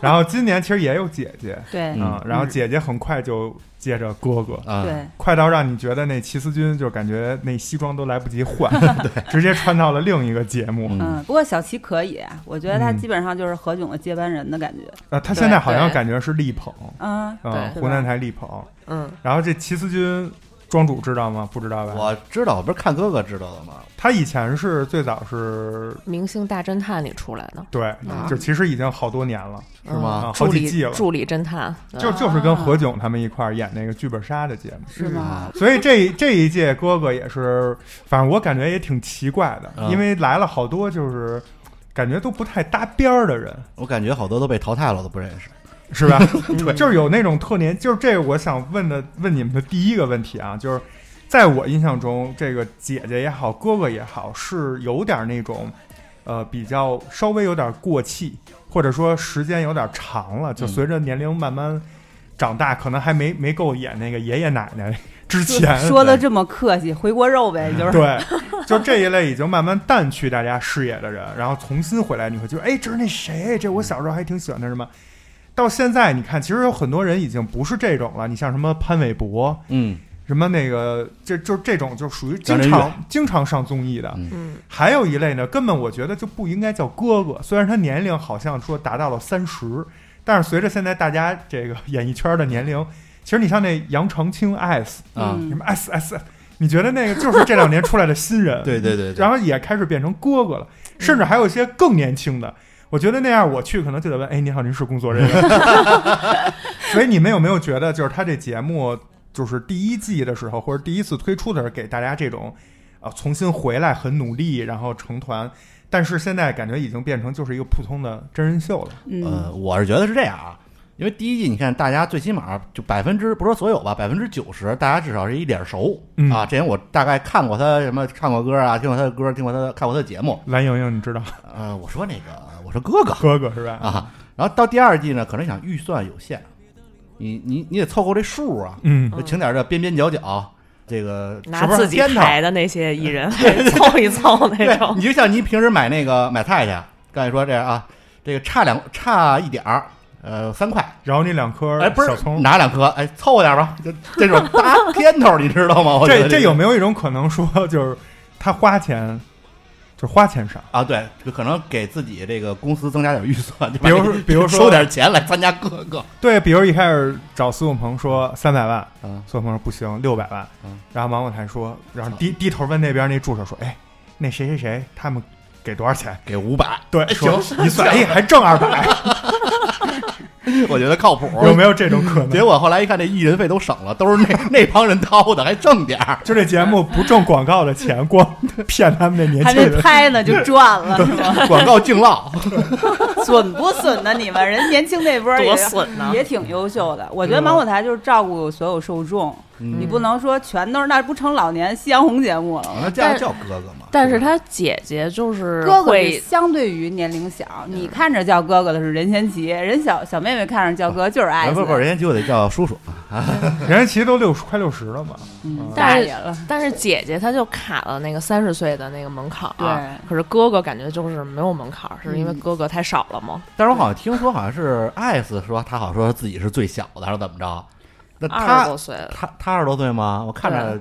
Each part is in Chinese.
然后今年其实也有姐姐。对嗯，然后姐姐很快就接着哥哥，啊，对，快到让你觉得那齐思钧就感觉那西装都来不及换，直接穿到了另一个节目。嗯，不过小齐可以，我觉得他嗯基本上就是何炅的接班人的感觉。呃，他现在好像对感觉是力捧，嗯，嗯，对湖南台力捧。嗯，然后这齐思钧，庄主知道吗？不知道吧？我知道，我不是看哥哥知道的吗？他以前是最早是，明星大侦探里出来的，对，就其实已经好多年了，是吗啊？助好几理季了，助理侦探，嗯对就就是跟何炅他们一块儿演那个剧本杀的节目。啊是吗？所以这这一届哥哥也是，反正我感觉也挺奇怪的，嗯因为来了好多就是感觉都不太搭边儿的人，我感觉好多都被淘汰了，我都不认识。是吧？对，就是有那种特年，就是这我想问的问你们的第一个问题啊，就是在我印象中，这个姐姐也好，哥哥也好，是有点那种呃比较稍微有点过气，或者说时间有点长了，就嗯随着年龄慢慢长大，可能还没没够演那个爷爷奶奶之前说的这么客气，回锅肉呗， 就是。对，就这一类已经慢慢淡去大家视野的人，然后重新回来，你会觉得，哎，这是那谁？这我小时候还挺喜欢他什么。到现在你看，其实有很多人已经不是这种了。你像什么潘玮柏，嗯，什么那个，这就是这种就属于张经震岳常经常上综艺的。嗯，还有一类呢，根本我觉得就不应该叫哥哥，虽然他年龄好像说达到了三十，但是随着现在大家这个演艺圈的年龄，其实你像那杨长青 S 啊嗯什么 S S，你觉得那个就是这两年出来的新人，对对对对，然后也开始变成哥哥了，甚至还有一些更年轻的。我觉得那样我去可能就得问，哎，您好，您是工作人员？ 所以你们有没有觉得，就是他这节目，就是第一季的时候或者第一次推出的时候，给大家这种，啊，重新回来很努力，然后成团，但是现在感觉已经变成就是一个普通的真人秀了。嗯，呃，我是觉得是这样啊，因为第一季你看大家最起码就百分之不说所有吧，百分之九十大家至少是一脸熟、嗯啊。这人我大概看过他什么唱过歌啊，听过他的歌，听过他的看过他的节目。蓝莹莹，你知道，呃，我说那个我说哥哥哥哥是吧？啊，然后到第二季呢，可能想预算有限，啊你你你得凑够这数啊，嗯，就请点这边边角角，这个拿是不是自己天堂排的那些艺人凑一凑那对，种你，就像您平时买那个买菜去，刚才说这样啊，这个差两差一点儿，呃，三块，饶你两颗哎，不小是，葱。拿两颗，哎，凑合点吧，这这种搭片头，你知道吗？我觉这得这这有没有一种可能说，就是他花钱，就花钱少？啊？对，这可能给自己这个公司增加点预算，就比如把这说比如说收点钱来参加各个，对，比如一开始找苏有朋说三百万，嗯苏有朋说不行，六百万，嗯然后王宝才说，然后操低低头问那边那助手说，哎，那谁谁谁他们给多少钱？给五百，对，哎说行，一算，哎，还挣二百，我觉得靠谱。有没有这种可能？ 结果后来一看，这艺人费都省了，都是那 那帮人掏的，还挣点儿。就这节目不挣广告的钱，光骗他们这年还轻没人。拍呢就赚了，是吧？广告净 唠，损不损呢？你们人年轻那 波儿也多损呢也挺优秀的。我觉得嗯芒果台就是照顾所有受众，你不能说全都是那不成老年夕阳红节目了。那叫叫哥哥嘛。但是他姐姐就是哥哥是会相对于年龄小，你看着叫哥哥的是任贤齐，人小小妹妹看着叫哥就是哎爱不是不是，死，人家就得叫叔叔。人家其实都六十快六十了嘛，嗯大但爷是了。但是姐姐她就卡了那个三十岁的那个门槛儿、啊对可是哥哥感觉就是没有门槛儿，是因为嗯哥哥太少了吗？但是我好像听说，好像是艾斯说他好像说自己是最小的，还是怎么着？那二十他多岁了。他他二十多岁吗？我看着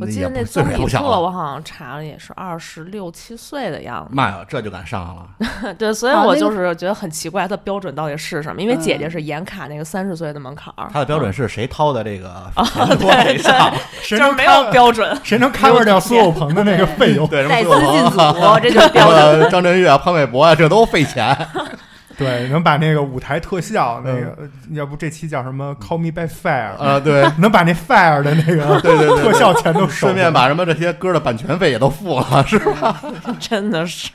我记也得不那岁综数也艺不课，小了。我好像查了，也是二十六七岁的样子。妈呀，这就敢上了！对，所以啊我那个就是觉得很奇怪，他的标准到底是什么？因为姐姐嗯是严卡那个三十岁的门槛儿，他的标准是谁掏的这 个哦钱多谁上，就谁是能啊没有标准。谁能 cover 掉苏有朋的那个费用？对什么带苏资有朋进啊组，这就是 标准。什么张震岳啊、潘玮柏啊，这都费钱。对，能把那个舞台特效那个，嗯呃要不这期叫什么 “Call Me by Fire”，啊， 对，能把那 fire 的那个 对对对特效全都收顺回便来。把什么这些歌的版权费也都付了，是吧？真的是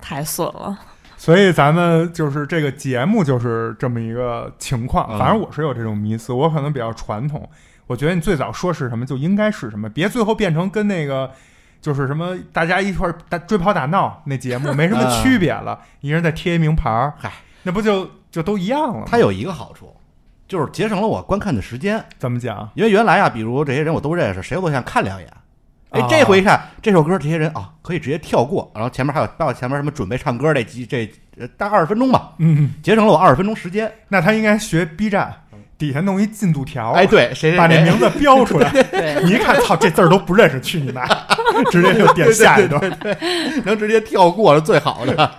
太损了。所以咱们就是这个节目就是这么一个情况。嗯反正我是有这种迷思，我可能比较传统。我觉得你最早说是什么就应该是什么，别最后变成跟那个就是什么大家一块儿打追跑打闹那节 目没什么区别了，一人再贴一名牌儿，嗯嗨，那不就就都一样了吗？它有一个好处，就是节省了我观看的时间。怎么 讲？因为原来啊，比如这些人我都认识，谁我都想看两眼。哎哦，这回一看这首歌，这些人啊可以直接跳过，然后前面还有到前面什么准备唱歌这几这呃大概二十分钟吧，嗯，节省了我二十分钟时间。那他应该学 B 站底下弄一进度条，嗯哎，对，谁谁把这谁名字标出来。对，你一看，操，这字儿都不认识，去你妈！ 直接就点下一段，能直接跳过是最好的。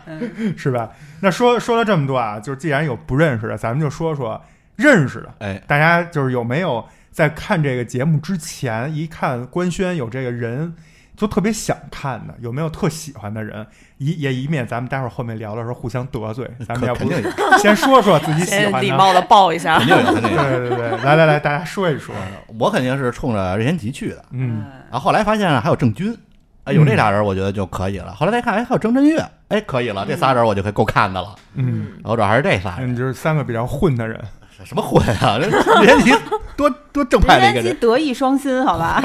是吧？那说说了这么多啊，就是既然有不认识的，咱们就说说认识的。 哎，大家就是有没有在看这个节目之前，一看官宣有这个人，就特别想看的？有没有特喜欢的人？以也以免咱们待会儿后面聊的时候互相得 罪，咱们要肯不定有，先说说自己喜先欢礼的。貌的报一下肯，定有，肯定有。对对对，来来来，大家说一说。我肯定是冲着任贤齐去的。嗯，啊，后来发现还有郑钧，啊，有这俩人我觉得就可以了。后来再看，哎，还有郑震岳，哎，可以了，这仨人我就可以够看的了。嗯，我主要还是这仨那人，你就是三个比较混的人。什么混啊？这任贤齐 多多正派的一任个贤齐人，德艺双馨，好吧？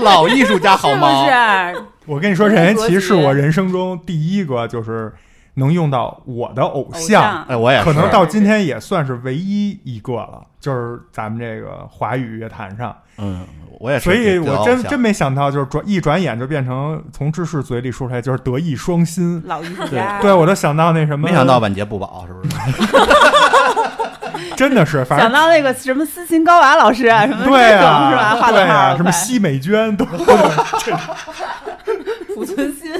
老艺术 家好吗？是我跟你说，任贤齐国籍是我人生中第一个就是能用到我的偶不是？偶像，像哎，我也是可能到今天也算是唯一一个了，就是咱们这个华语乐坛上。嗯，我也是所以得到偶像，我真真没想到，就是转一转眼就变成从芝士嘴里说出来就是德艺双馨。老艺术家，对，我都想到那什么，没想到，晚节不保，是不是？真的是，反想正到那个什么斯琴高娃老师啊，什么这种对是吧？啊，画对等号啊，了什么快奚美娟 都濮存昕，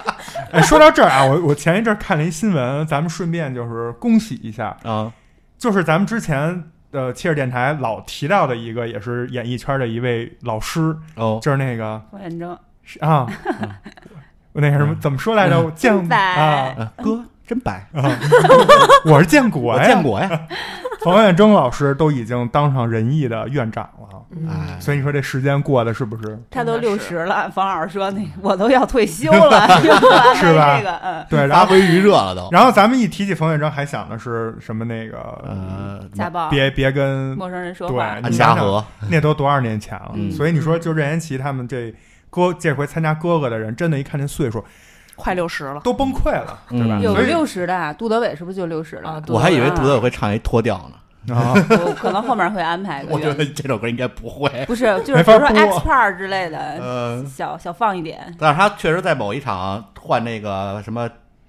哎，说到这儿啊，我我前一阵儿看了一新闻，咱们顺便就是恭喜一下，啊，就是咱们之前呃切尔电台老提到的一个，也是演艺圈的一位老师， 哦，就是那个郭远征，是啊，那个什么怎么说来着？我见真白啊，啊哥真白，我是建国我呀，见过呀，冯远征老师都已经当上仁义的院长了，哎，嗯所以你说这时间过得是不是？他都真的六是十了，方老师说那我都要退休了， 又来是吧这个，嗯，对，然发后挥余热了都。然后咱们一提起冯远征，还想的是什么那个呃，家暴，别别跟陌生人说对话，安你家想想和那都多少年前了？嗯所以你说，就任贤齐他们这哥这回参加哥哥的人，真的，一看这岁数快六十了。都崩溃了，对吧？嗯有所以六十的啊，杜德伟是不是就六十啊了？对我还以为独奏会唱一脱掉呢，啊，我可能后面会安排一个我觉月，得这首歌应该不会。不是，就是没比法如说播嗯 X Part 之类的， 呃，小小放一点，但是他确实在某一场换那个什么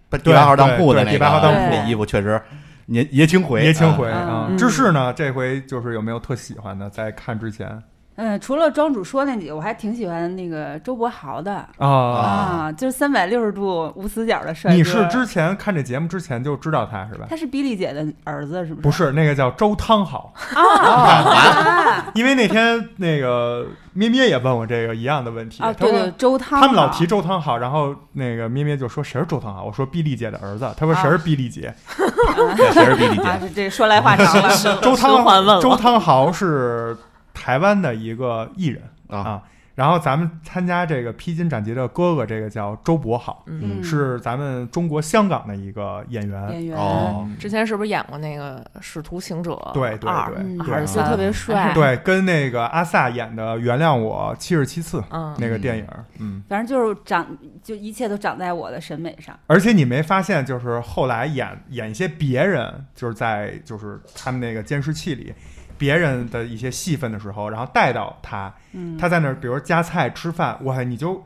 第对八号当铺的那对第个八号当铺那衣服，确实爷爷青回，爷青啊回啊啊。嗯芝士呢，这回就是有没有特喜欢的？在看之前，嗯，除了庄主说那几个，我还挺喜欢那个周柏豪的啊。啊，就是三百六十度无死角的帅哥。嗯你是之前看这节目之前就知道他是吧？他是比利姐的儿子是不是？不是，那个叫周汤好，啊因为那天那个咩咩也问我这个一样的问题，啊，他对对，说周汤他们老好提周汤好，然后那个咩咩就说谁是周汤好，我说毕丽姐的儿子，他说哦谁是毕丽姐，呃对谁是比利啊 姐？，这这说来话长了。周循环汤问了周汤豪是台湾的一个艺人啊然后咱们参加这个披荆斩棘的哥哥，这个叫周柏豪，嗯是咱们中国香港的一个演员。演员，哦嗯之前是不是演过那个《使徒行者二》对对嗯对对还是就三特别帅。对，跟那个阿萨演的《原谅我七十七次》嗯，那个电影，嗯，反正就是长，就一切都长在我的审美上。而且你没发现，就是后来演演一些别人，就是在就是他们那个监视器里，别人的一些戏份的时候，然后带到他，嗯，他在那儿，比如夹菜吃饭，哇，你就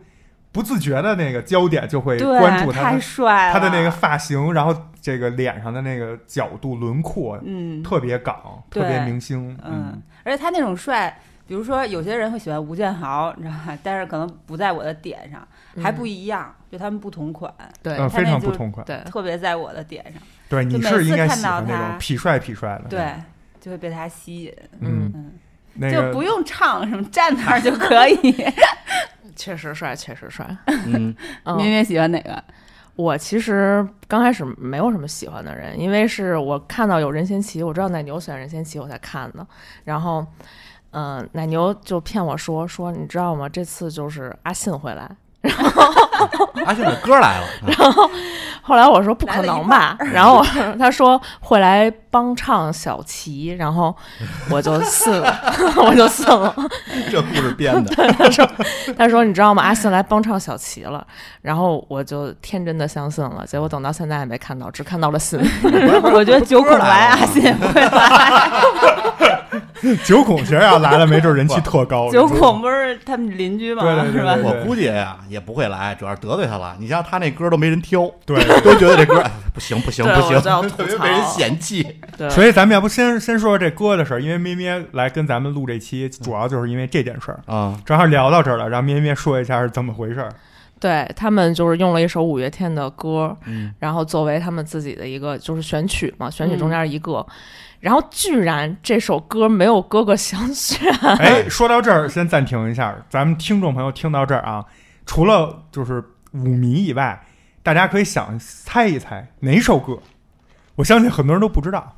不自觉的那个焦点就会对，关注他太的帅了，他的那个发型，然后这个脸上的那个角度轮廓，嗯特别港，对特别明星，嗯，，而且他那种帅，比如说有些人会喜欢吴建豪，你知道吧？但是可能不在我的点上，还不一样，就他们不同款，对呃，他非那常就不痛快。对，特别在我的点上，对，就你每是应次该看喜到欢那种他痞帅痞帅的，对，就会被他吸引，嗯，嗯，那就个不用唱什么，站那儿就可以。确实帅，确实帅。嗯， 明嗯，明喜欢哪个？我其实刚开始没有什么喜欢的人，因为是我看到有任贤齐，我知道奶牛喜欢任贤齐，我才看的。然后，嗯、奶牛就骗我说说，你知道吗？这次就是阿信会来。阿信的歌来了，嗯后来我说不来可了一 能吧，然后他说会来帮唱小齐，然后我就信了， 我就信了。这故事编的。他说他说你知道吗？阿信来帮唱小齐了，然后我就天真的相信了，结果等到现在也没看到，只看到了信。 我觉得九孔啊来啊阿信会来，九孔其实要来了，没准人气特高。九你知道吗孔不是他们邻居吗？对对对是吧？对我估计啊也不会来，主要是得罪他了。你像他那歌都没人挑，对，都觉得这歌哎不行不行对不我就要行，吐槽特别被人嫌弃。对，所以咱们要不先先说说这歌的事儿，因为咩咩来跟咱们录这期，主要就是因为这件事儿。啊，正好聊到这儿了，让咩咩说一下是怎么回事 儿。对他们就是用了一首五月天的歌，嗯然后作为他们自己的一个就是选曲嘛，选曲中间一个，嗯然后居然这首歌没有哥哥想选，哎，说到这儿，先暂停一下，咱们听众朋友听到这儿啊，除了就是舞迷以外，大家可以想猜一猜哪首歌。我相信很多人都不知道，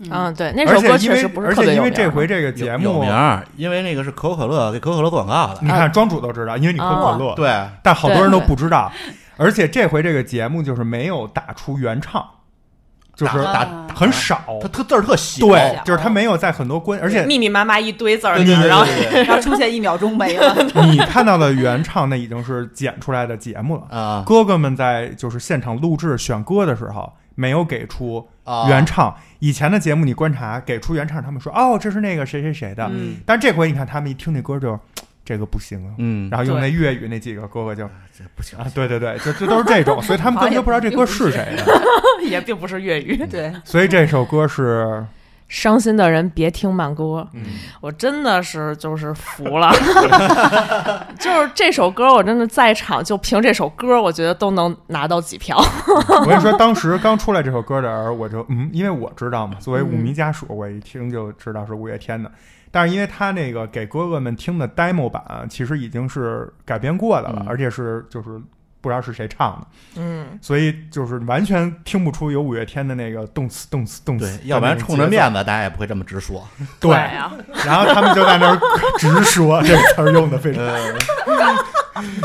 嗯，对，那而首且歌因确为实不是而特别且因有为名嗯这儿回这个有节有目名，儿，因为那个是可口可乐给可口可乐做广告的你。看庄主都知道，因为你喝啊可乐，对，但好多对人都对不知道。而且这回这个节目就是没有打出原唱，就是打啊很少他，特字儿特小，对，就是他没有在很多关，而且密密麻麻一堆字儿对那对儿，对然后对对然后出现一秒钟没了，你看到的原唱那已经是剪出来的节目了。啊哥哥们在就是现场录制选歌的时候，没有给出啊原唱。以前的节目你观察，给出原唱，他们说哦，这是那个谁谁谁的。嗯但这回你看他们一听这歌就，这个不行啊。嗯，然后用那对粤语那几个哥哥就啊，这不行，对对对，就就都是这种，所以他们根本就不知道这歌是谁的。也并不是粤语。对，所以这首歌是，伤心的人别听慢歌，嗯，我真的是就是 服了，就是这首歌，我真的在场就凭这首歌，我觉得都能拿到几 票。我跟你说，当时刚出来这首歌的时候，我就嗯，因为我知道嘛，作为舞迷家属，我一听就知道是五月天的。但是因为他那个给哥哥们听的 demo 版，其实已经是改编过的了，嗯而且是就是不知道是谁唱的，嗯，所以就是完全听不出有五月天的那个动词动词动词对，，要不然冲着面 面子，大家也不会这么直说。对，呀、然后他们就在那儿直说这个词儿用的非常，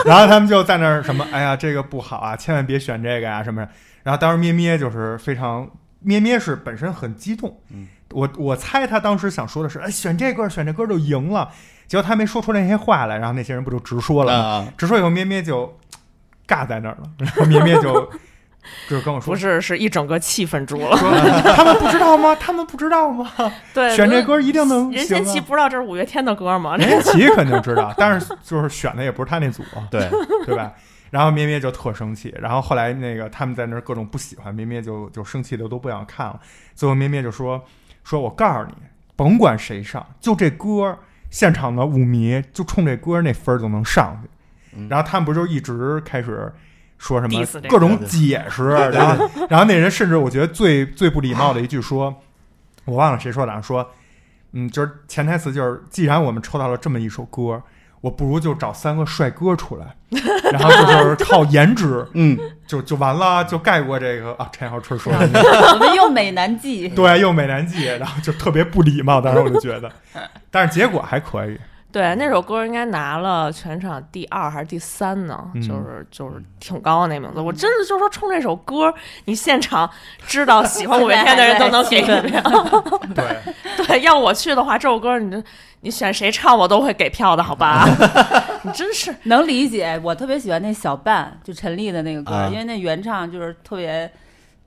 然后他们就在那儿什么，哎呀，这个不好啊，千万别选这个呀、什么的。然后当时咩咩就是非常，咩咩是本身很激动，嗯我我猜他当时想说的是，哎，选这歌，选这歌就赢了。结果他没说出那些话来，然后那些人不就直说 了吗？啊，直说以后咩咩就尬在那儿了，然后咩咩就就跟我说不。是，是一整个气氛住了。说他们不知道吗？他们不知道吗？对，选这歌一定能任行贤啊哎齐不知道这是五月天的歌吗？任贤齐肯定知道，但是就是选的也不是他那组，啊对，对吧？然后咩咩就特生气，然后后来那个他们在那儿各种不喜欢咩咩就就生气的都不想看了。最后咩咩就说：“说我告诉你，甭管谁上，就这歌现场的舞迷就冲这歌那分儿就能上去嗯。然后他们不就一直开始说什么 diss 这个各种解释，然后然后那人甚至我觉得最最不礼貌的一句说，我忘了谁说的，啊，说嗯，就是潜台词就是，既然我们抽到了这么一首歌，我不如就找三个帅哥出来，然后就是靠颜值嗯，就就完了，就盖过这个啊。陈小春说的那个。我们用美男计，对，啊用美男计，然后就特别不礼貌。当时我就觉 得，但是结果还可以。 对，那首歌应该拿了全场第二还是第三呢？嗯就是就是挺高的那名字。我真的就是说，冲这首歌，你现场知道喜欢五月天的人都能给你票。对，对，要我去的话，这首歌你这你选谁唱我都会给票的，好吧？你真是能理解。我特别喜欢那小半，就陈粒的那个歌，啊因为那原唱就是特别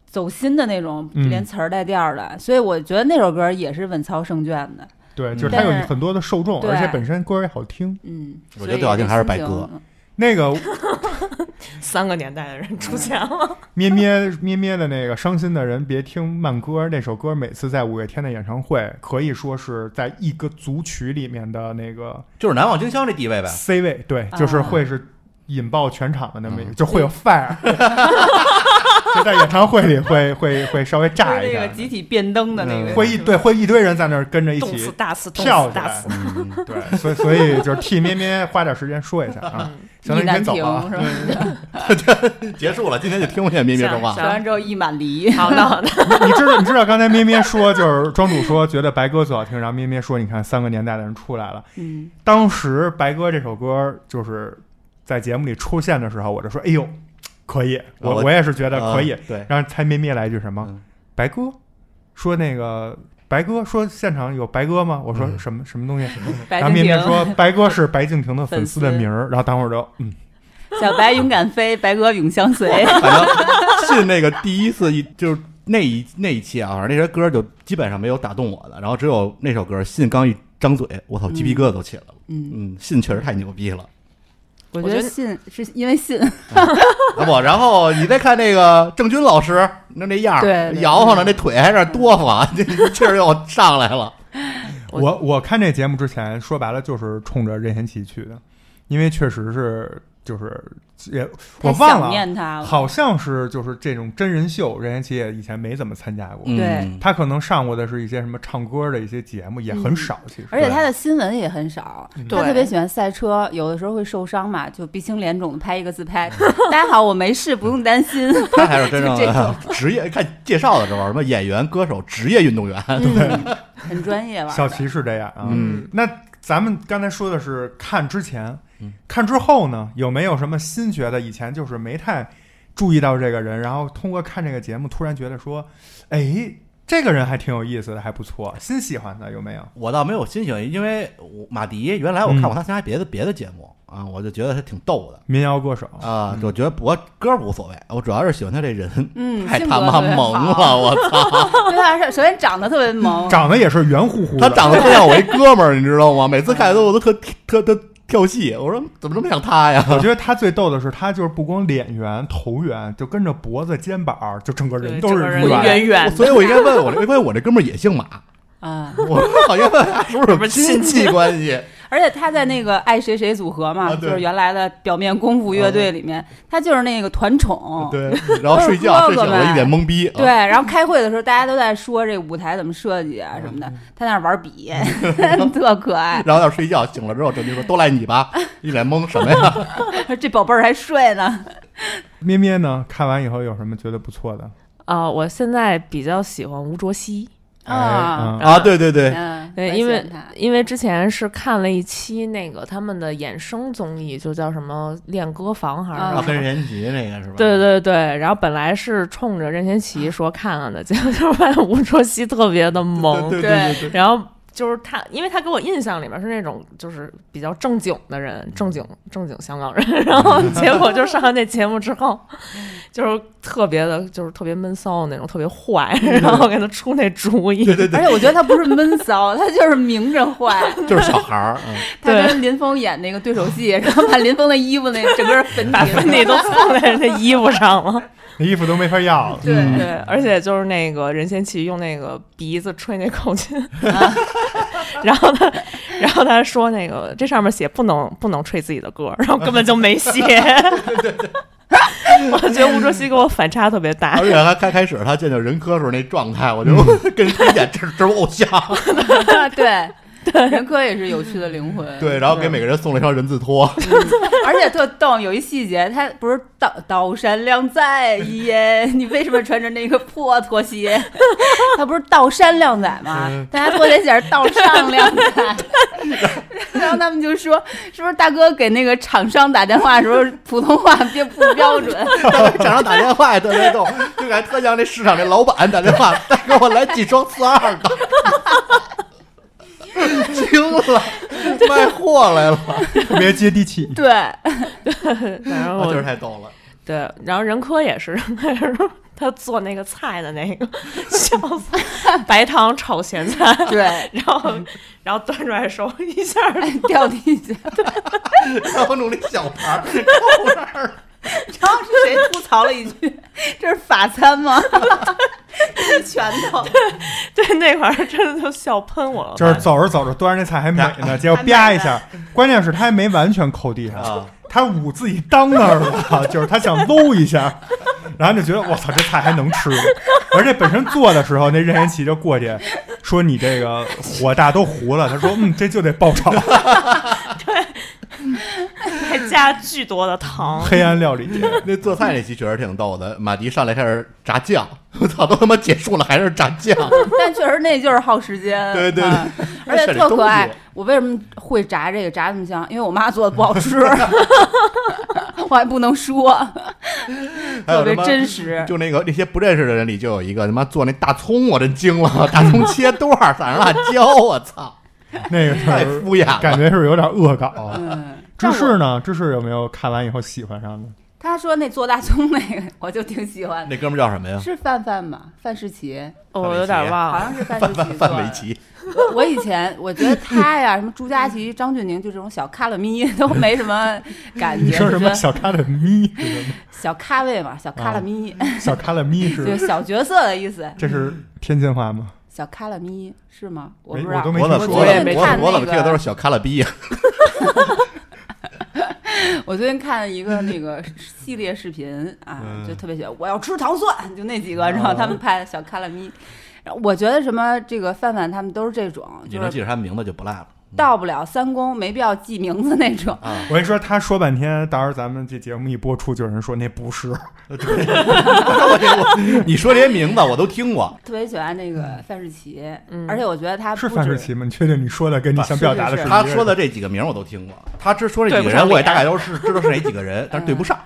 走心的那种，嗯连词儿带调儿的，所以我觉得那首歌也是稳操胜券的。对，嗯就是它有但是很多的受众，对而且本身歌也好听。嗯，我觉得最好听还是白鸽所以这心情。那个三个年代的人出现了，咩咩咩咩的那个伤心的人别听慢歌那首歌，每次在五月天的演唱会可以说是在一个组曲里面的那个就是难忘今宵这地位呗。 C 位，对，啊就是会是引爆全场的那么一个，嗯就会有 fire，就 在演唱会里会会会稍微就炸是一下那个，集体变灯的那个，会一对会一堆人在那儿跟着一动次起大次，动跳次起大来次。。嗯，对， 所以所以就是替咩咩花点时间说一下啊。嗯，行了，意你先难走平了啊。是吧？ 结束了，今天就听不见咩咩说话是说。完之后一满离，好的 好的，你你知道你知道刚才咩咩说就是庄主说觉得白鸽最好听，然后咩咩说你看三个年代的人出来了。嗯，当时白鸽这首歌就是在节目里出现的时候，我就说哎呦可以，我啊我我也是觉得可以啊。对，然后猜咩咩来一句什么嗯白鸽，说那个白鸽说现场有白鸽吗？我说嗯什么什么东西？白然后敬咩咩亭，说白鸽是白敬亭的粉粉丝的丝名儿。然后等会儿就嗯。小白勇敢飞，白鸽永相随。反正信那个第一次一就是那一那一期啊，反正那些歌就基本上没有打动我的，然后只有那首歌信刚一张嘴，我操，鸡皮疙瘩都起来了。嗯，嗯，信确实太牛逼了。我觉觉得得信是因为 信， 啊不，然后你再看那个郑钧老师，那那样儿对对摇晃着那腿还在那哆嗦，啊 这气儿又上来 了。我我我看这节目之前，说白了就是冲着任贤齐去的，因为确实是就是也我太忘想了啊，念他了。好像是就是这种真人秀，任贤齐也以前没怎么参加过，嗯，他可能上过的是一些什么唱歌的一些节目，也很嗯少其实。而且他的新闻也很少，嗯他特别对，喜欢赛车，有的时候会受伤嘛，就鼻青脸肿的拍一个自拍。嗯大家好，我没事，不用担心。 他还是真正就这的 职业。看介绍的时候，什么演员、歌手、职业运动员，嗯，很专业玩小的。齐是这样啊。嗯，那咱们刚才说的是看之前嗯，看之后呢，有没有什么新觉得？以前就是没太注意到这个人，然后通过看这个节目，突然觉得说，哎，这个人还挺有意思的，还不错，新喜欢的有没有？ 我倒没有心情，因为我马迪原来我看过他参加别的、别的节目啊，我就觉得他挺逗的民谣歌手，啊，我觉得我歌无所谓，我主要是喜欢他这人，嗯，太性他格妈特别萌好了，我操！对他是首先长得特别萌，长得也是圆乎乎 他的，长得特像我一哥们儿，你知道吗？每次嗯看都我都特特特跳戏，我说怎么这么像他呀？ 我觉得他最逗的是，他就是不光脸圆、头圆，就跟着脖子、肩膀，就整个人对都整是个人圆。圆圆所以我应该问我这，因为我这哥们儿也姓马，啊，我好像问他是 不是有亲戚关 系？而且他在那个爱谁谁组合嘛，啊对啊就是原来的表面功夫乐队里面，他就是那个团宠。对，然后睡觉睡醒了一脸懵逼，啊对，然后开会的时候，大家都在说这个舞台怎么设计啊什么的，他在那儿玩笔， 特可爱。然后要睡觉，醒了之后郑钧说都赖你吧，一脸懵什么呀？ 这宝贝儿还睡呢。咩咩呢？看完以后有什么觉得不错的？啊，我现在比较喜欢吴卓羲，啊，哎，嗯啊，对对对，嗯，对，蛮因为喜欢他因为之前是看了一期那个他们的衍生综艺，就叫什么《练歌房》还是什啊，么啊跟任贤齐那个是吧？对对对，然后本来是冲着任贤齐说看看的，结果就发现吴卓羲特别的萌，对对对对， 然后就是他，因为他给我印象里面是那种就是比较正经的人，正经正经香港人， 然后结果就上了那节目之后，就是特别的，就是特别闷骚的那种，特别坏，嗯然后给他出那主意， 而且我觉得他不是闷骚，他就是明着 坏。就是小孩儿， 嗯他对跟林峰演那个对手戏，然后把林峰的衣服那整个粉底把粉底都蹭在人家衣服上了。那嗯衣服都没法要嗯了。对对，而且就是那个任贤齐用那个鼻子吹那口琴，然后他，然后他说那个这上面写不能不能吹自己的歌，然后根本就没写。 我觉得吴卓羲给我反差特别大而，且他开开始他见到人科时候那状态，我就 跟人推荐，这是这是我偶像。 对。人科也是有趣的灵魂，对，然后给每个人送了一双人字拖，而且特逗。有一细节，他不是刀刀山亮在耶， 你为什么穿着那个破拖鞋？ 他不是刀山亮仔吗？大家拖鞋写着道上亮仔，然后他们就说，是不是大哥给那个厂商打电话的时候普通话变不标准？ 厂商打电话也特别逗，就感觉特像那市场那老板打电话，再给我来几双四二的， 惊了，卖货来了，特别接地气。对，哎然哦后我我觉得啊太逗了。对，然后任科也是，他做那个菜的那个，笑死，白糖炒咸菜，对， 然后然后端出来的时候一下儿 掉地下。然后弄那小盘儿， 然后是谁吐槽了一句：“这是法餐 吗？”一拳头，对那会儿真的就笑喷我了，就是走着走着，端着那菜还美 呢，结果还美啪一下，关键是他还没完全扣地上啊，他捂自己裆那儿了，就是他想搂一下，然后就觉得我操，这菜还能吃。而且本身做的时候，那任贤齐就过去说：“你这个火大都糊了。”他说：“嗯，这就得爆炒，还加巨多的糖，黑暗料理界。那做菜那期确实挺逗的。马迪上来开始炸酱， 我操，都他妈结束了还是炸 酱，但确实那就是耗时间。对对对啊而且特可爱。我为什么会炸这个炸这么香？因为我妈做的不好吃，我还不能说，还有特别什么真实。就那个那些不认识的人里，就有一个他妈做那大葱，我真惊了，大葱切段儿，撒上辣椒，我操，那个太是敷衍了。感觉是有点恶搞。嗯，芝但我士呢？芝士有没有看完以后喜欢上的？他说那做大葱那个，我就挺喜欢的。那哥们儿叫什么呀？是范范吧？范世奇，我哦有点忘好了。像是范世范奇范做范玮的琪，我我以前我觉得他呀，什么朱佳琪、张峻宁，就这种小咖了咪都没什么感觉。你说什么就觉得小咖的咪是什小咖位嘛，小咖了咪，么？小咖的咪就是小角色的意思。这是天津话吗？小咖了咪是吗？我没不知我道都。没我怎么听说我我也怎没么我看我怎么那个听的都是小卡拉逼呀？我最近看了一个那个系列视频啊，嗯就特别喜欢，我要吃糖蒜，就那几个，然后哦他们拍的小咖了咪。然后我觉得什么这个范范他们都是这种，你嗯就能是记着他名字就不赖了到不了三公，没必要记名字那种。啊！ 我跟你说，他说半天，到时候咱们这节目一播出，就有人说那不是，我我你说这些名字我都听过，特别喜欢那个范世奇，嗯而且我觉得他是不范止啊世奇吗？你确定你说的跟你想表达的是一个他人？说的这几个名儿我都听过，他只说这几个对不上人，脸我也大概都是知道是哪几个人，但是对不上。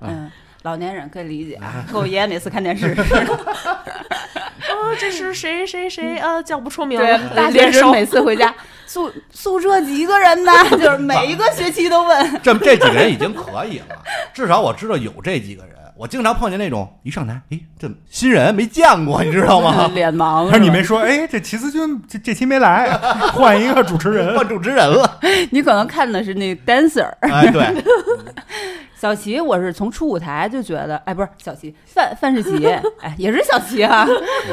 嗯，老年人可以理解啊。我爷爷每次看电视，啊，这是谁谁谁啊，叫不出名对字，大学连生收每次回家，宿宿舍几个人呢？ 就是每一个学期都问。？这这几个人已经可以了，至少我知道有这几个人。我经常碰见那种一上台，诶，这新人没见过，你知道吗脸盲，他说你没说，哎，这齐思钧这这期没来， 换一个主持 人。换主持人了，你可能看的是那个 dancer 哎，对，小齐，我是从出舞台就觉得，哎，不是小齐，范范世 奇，哎，也是小齐啊。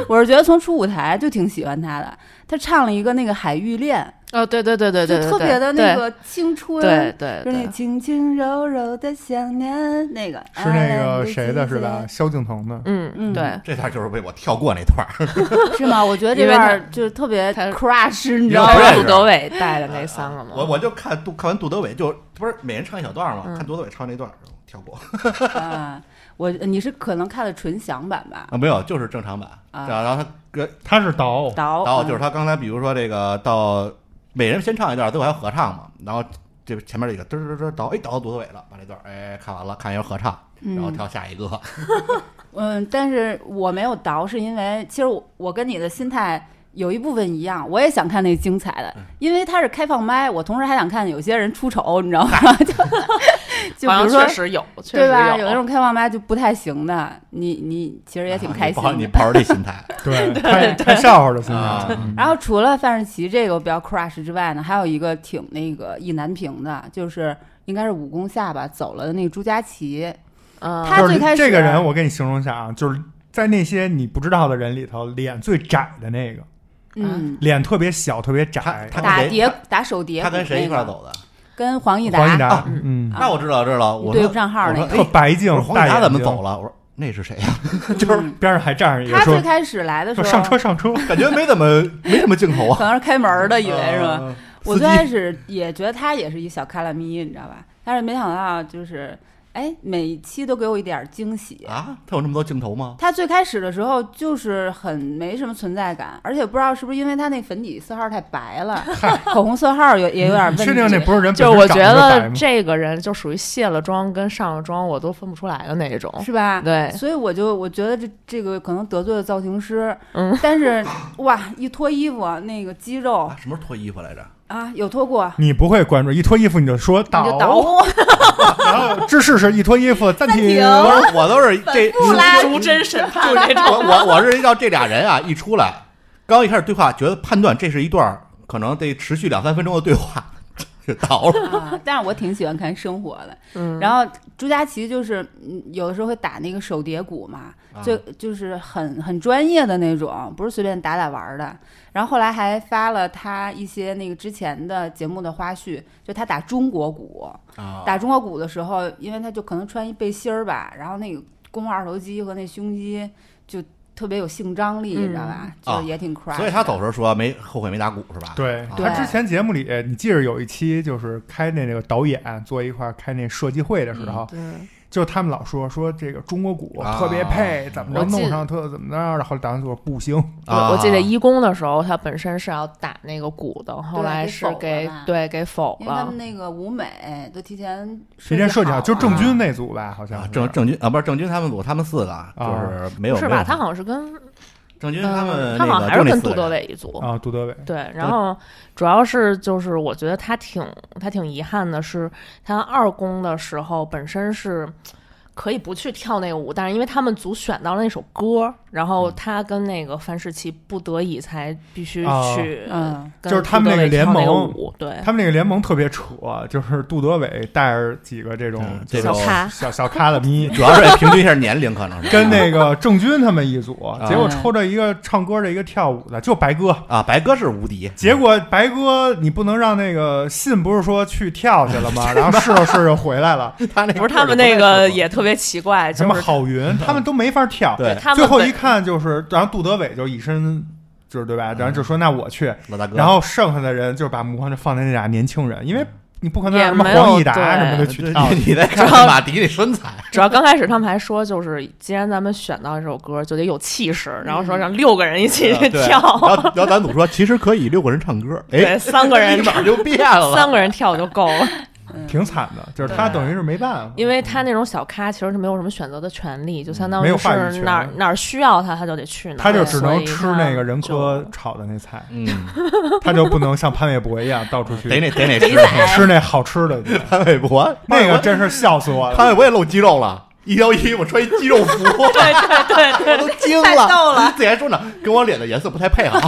我是觉得从出舞台就挺喜欢他的，他唱了一个那个《海芋恋》，哦，对对对对对，就对特别的那，个嗯青春，对对就是对那对，轻轻柔柔的想念那个，是那个谁的是吧？？萧敬腾的。嗯嗯对，这段就是被我跳过那段儿，是吗？我觉得这因为段他儿就是特别他 crush，你因知道为不吗认？识杜德伟带的那三个嘛，我我就看杜看完杜德伟就不是每人唱一小段嘛，看杜德伟唱那段儿跳过啊，我你是可能看了纯享版吧？哦啊，没有，就是正常版。啊然后他跟他是 导，导然后就嗯是他刚才比如说这个到每人先唱一段，最后还有合唱嘛，然后这前面这个嘚嘚嘚导，哎导到杜德伟了，把这段哎看完了，看一个合唱，然后跳下一个，嗯，但是我没有倒，是因为其实我我跟你的心态有一部分一样，我也想看那精彩的，嗯因为它是开放麦，我同时还想看有些人出丑，你知道 吗？就就比好如像确说实有，确实对吧？有有那种开放麦就不太行的，你你其实也挺开心啊 你的。抱着这心 态，对，看看笑话的心啊态。嗯然后除了范世奇这个我比较 crush 之外呢，还有一个挺那个意难平的，就是应该是武功下吧走了的那个朱佳琪，嗯他就是最开始这个人，我给你形容一下啊，就是在那些你不知道的人里头，脸最窄的那个，嗯，脸特别小，特别他窄。他打跟谁碟打手碟鼓他那个，跟谁一块儿走的？跟黄义达，黄义达啊，嗯，那我知道，知道。我对说不上号我说哎那特个白净我说，黄大大眼怎么睛走了？我说那是谁呀？ 就是边上还站着一个他最说开始来的时说候，上车上车，感觉没怎么没什么镜头啊啊可。能是开门 的，以为是呃吧？吧？我最开始也觉得他也是一小卡拉咪，你知道吧？但是没想到就是，哎，每一期都给我一点儿惊喜。啊，他有那么多镜头吗？他最开始的时候就是很没什么存在感，而且不知道是不是因为他那粉底色号太白 了，口红色号也也有点问题。确定那不是人本身就我觉长得白得吗这个人就属于卸了妆跟上了妆我都分不出来的那一种。是吧？对所以我就我觉得这这个可能得罪了造型师，嗯，但是哇，一脱衣服那个肌肉啊，什么时候脱衣服来着？啊，有脱过，你不会关注，一脱衣服你就说你倒，就捣鼓， 然后姿势是一脱衣服暂停，我说我 都是这不拉 如真审判那种。我我我是要这俩人啊一出来，刚一开始对话，觉得判断这是一段儿可能得持续两三分钟的对话，就倒 了。 啊，但是我挺喜欢看生活的。嗯，然后朱佳琪就是嗯有的时候会打那个手叠鼓嘛，啊就就是很很专业的那种，不是随便打打玩儿的。然后后来还发了他一些那个之前的节目的花絮，就他打中国鼓，啊打中国鼓的时候，因为他就可能穿一背心儿吧，然后那个肱二头肌和那胸肌就特别有性张力，你知道吧？啊就也挺 crush 的。所以他走的时候说没后悔没打鼓是吧？对啊他之前节目里，你记着有一期就是开那个导演坐一块儿开那设计会的时候，对，就他们老说说这个中国鼓啊特别配，怎么着我记弄上特怎么着，然后导演就说不行，啊我我记得一公的时候，他本身是要打那个鼓的，后对来给是否了给吧对给否因为他了啊们。那个舞美都提前提前设计好，好，就郑啊钧那组吧，好像啊是郑郑钧啊不是郑钧他们组他们四个啊就是没有不是吧？没有他好像是跟郑钧他嗯，们他那好个像还就是那跟四杜个德人伟一组。啊，杜德伟对，然后主要是就是我觉得他挺他挺遗憾的是，他二公的时候本身是可以不去跳那个舞，但是因为他们组选到了那首歌，然后他跟那个范世琦不得已才必须哦去，嗯，就是他们那个联盟舞，对，他们那个联盟特别扯，就是杜德伟带着几个这种嗯就是这小种咖小小咖的咪，主要是也平均一下年龄可能 是跟那个郑钧他们一组，啊结果嗯抽着一个唱歌的，一个跳舞的，就白哥。啊白哥是无敌，结果白哥，你不能让那个信不是说去跳去了 吗？然后试着试着回来了，他那不是他们那个也特别奇怪，什就么是郝云，他们都没法跳。对他们最后本一看就是，然后杜德伟就一身就是对嗯吧？然后就说那我去，老大哥，然后剩下的人就把目光就放在那俩年轻人，因为你不可能也让什么没有黄义达对什么的就去跳。呃你在看看马迪那身材，主要刚开始他们还说，就是既然咱们选到这首歌，就得有气势，然后说让六个人一起去对跳，然后然哎后男主说其实可以六个人唱歌，哎对，，三个人立马就变了， 三个人跳就够了，挺惨的，就是他等于是没办法，因为他那种小咖其实是没有什么选择的权利，就相嗯当没于有话语是权哪儿哪儿需要他，他就得去哪儿，他就对只能吃那个人。所以科炒的那菜，嗯，他就不能像潘玮柏一样到处去得那得那肥吃仔吃那好吃 的去。潘玮柏，那个真是笑死我了。 潘玮柏也露肌肉了，一腰一我穿一肌肉服，他就对对对，我都惊太了。逗了，自己还说呢，跟我脸的颜色不太配 啊。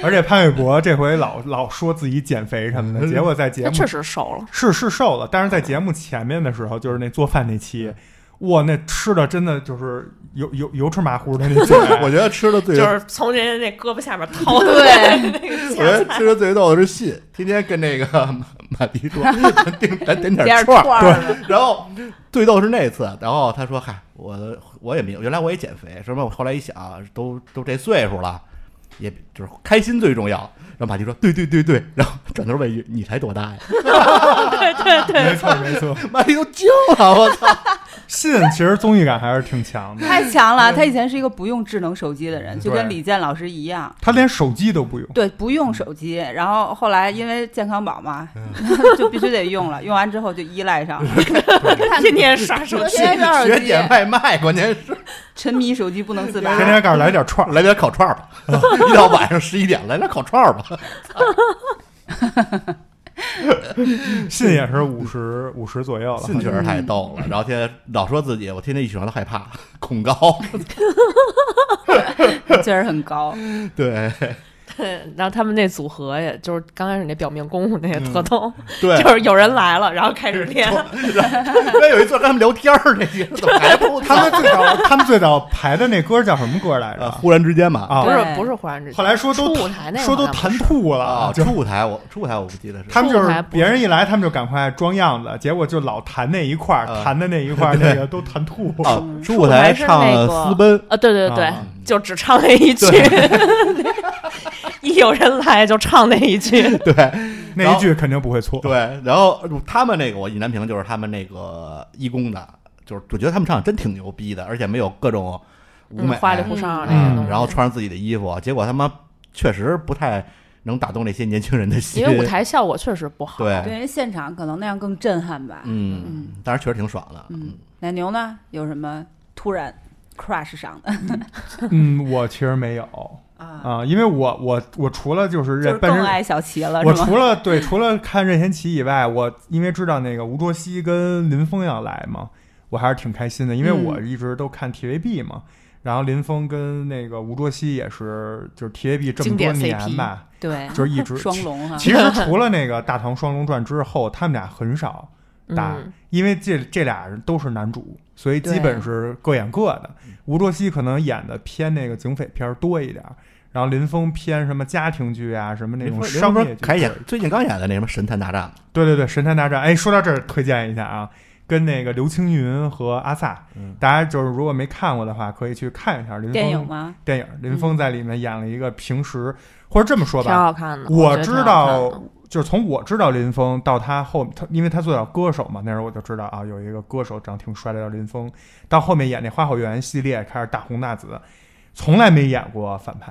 而且潘玮柏这回老老说自己减肥什 么的，结果在节他目确实瘦了。是是瘦了，但是在节目前面的时候，就是那做饭那期，哇，那吃的真的就是油油油吃麻糊 的那我种。觉得吃的最，就是从人家那胳膊下面掏的对那个我觉 得下吃的最逗的是信，天天跟那个马马迪 说，咱定咱点点点儿串儿。串儿然后最逗是那次，然后他说：“嗨，我我也没有，原来我也减肥，什么？我后来一想，都都这岁数了，也就是开心最重要。”然后马迪说：“对对对对。”然后 转头问一句：“你才多大呀没错没错，？”马迪都惊了，我操！信其实综艺感还是挺强的，太强了。他以前是一个不用智能手机的人，就跟嗯对李健老师一样。嗯他连手机都不用。对，不用手机，然后后来因为健康宝嘛， 就必须得用了。用完之后就依赖上了， 天天刷手机，天天刷手学机，点外卖，关键是沉迷手机不能自拔。天天告诉来点 串儿，来点烤串儿吧，一到晚上十一点来点烤串儿吧。信也是五十五十左右了，信确实太逗了，然后天天老说自己，我天天一起床都害怕，恐高。确实很高， 对，然后他们那组合也就是刚开始那表面功夫那些特逗，嗯对，就是有人来了，然后开始练，因为有一次跟他们聊天儿，那 些怎么还不他们最早他们最早排的那歌叫什么歌来呃，着？忽然之间嘛啊不是对不是忽然之间，后来说都出舞台那个说都好像谈吐了啊，就初舞台我初舞台我不记得是他们就出台是不别人一来，他们就赶快装样子，结果就老弹那一块儿，啊弹的那一块儿对那个都弹吐。啊，初舞我台还是唱那了个私奔，啊，对对对，啊就只唱那一句， 一有人来就唱那 一句，对那一句肯定不会错。对，然后他们那个我意难平就是他们那个义工的，就是我觉得他们唱得真挺牛逼的，而且没有各种舞嗯美，花里胡哨嗯那些嗯东，西。然后穿上自己的衣服，结果他妈确实不太能打动那些年轻人的心。因为舞台效果确实不好，对，对，因为现场可能那样更震撼吧。嗯，但是确实挺爽的。嗯，奶牛呢有什么突然 crush 上的嗯，我其实没有啊？啊，因为我我我除了就是 就是认本更身，爱小齐了我是吗？除了对除了看任贤齐以外，我因为知道那个吴卓羲跟林峰要来嘛，我还是挺开心的，因为嗯我一直都看 TVB 嘛。然后林峰跟那个吴卓羲也是，就是 TVB 这么经多典年 CP 吧，对，就是一直 双龙啊哈。其实 除了那个《大唐双龙传》之后，他们俩很少搭，嗯因为这这俩人都是男主，所以基本是各演各的。嗯吴卓羲可能演的偏那个警匪片儿多一点儿，然后林峰偏什么家庭剧啊，什么那种商业剧。凯演最近刚演的那什么《神探大战》，对对对，《神探大战》。哎，说到这儿，推荐一下啊。跟那个刘青云和阿萨，嗯大家就是如果没看过的话，可以去看一下林峰电影吗？嗯电影林峰在里面演了一个平时，或者这么说吧挺，好看的。我嗯觉得知挺好道看的，就是从我知道林峰到他后，他因为他最早歌手嘛，那时候我就知道啊，有一个歌手长挺帅的叫林峰，到后面演那《花好月圆》系列开始大红大紫，从来没演过反派。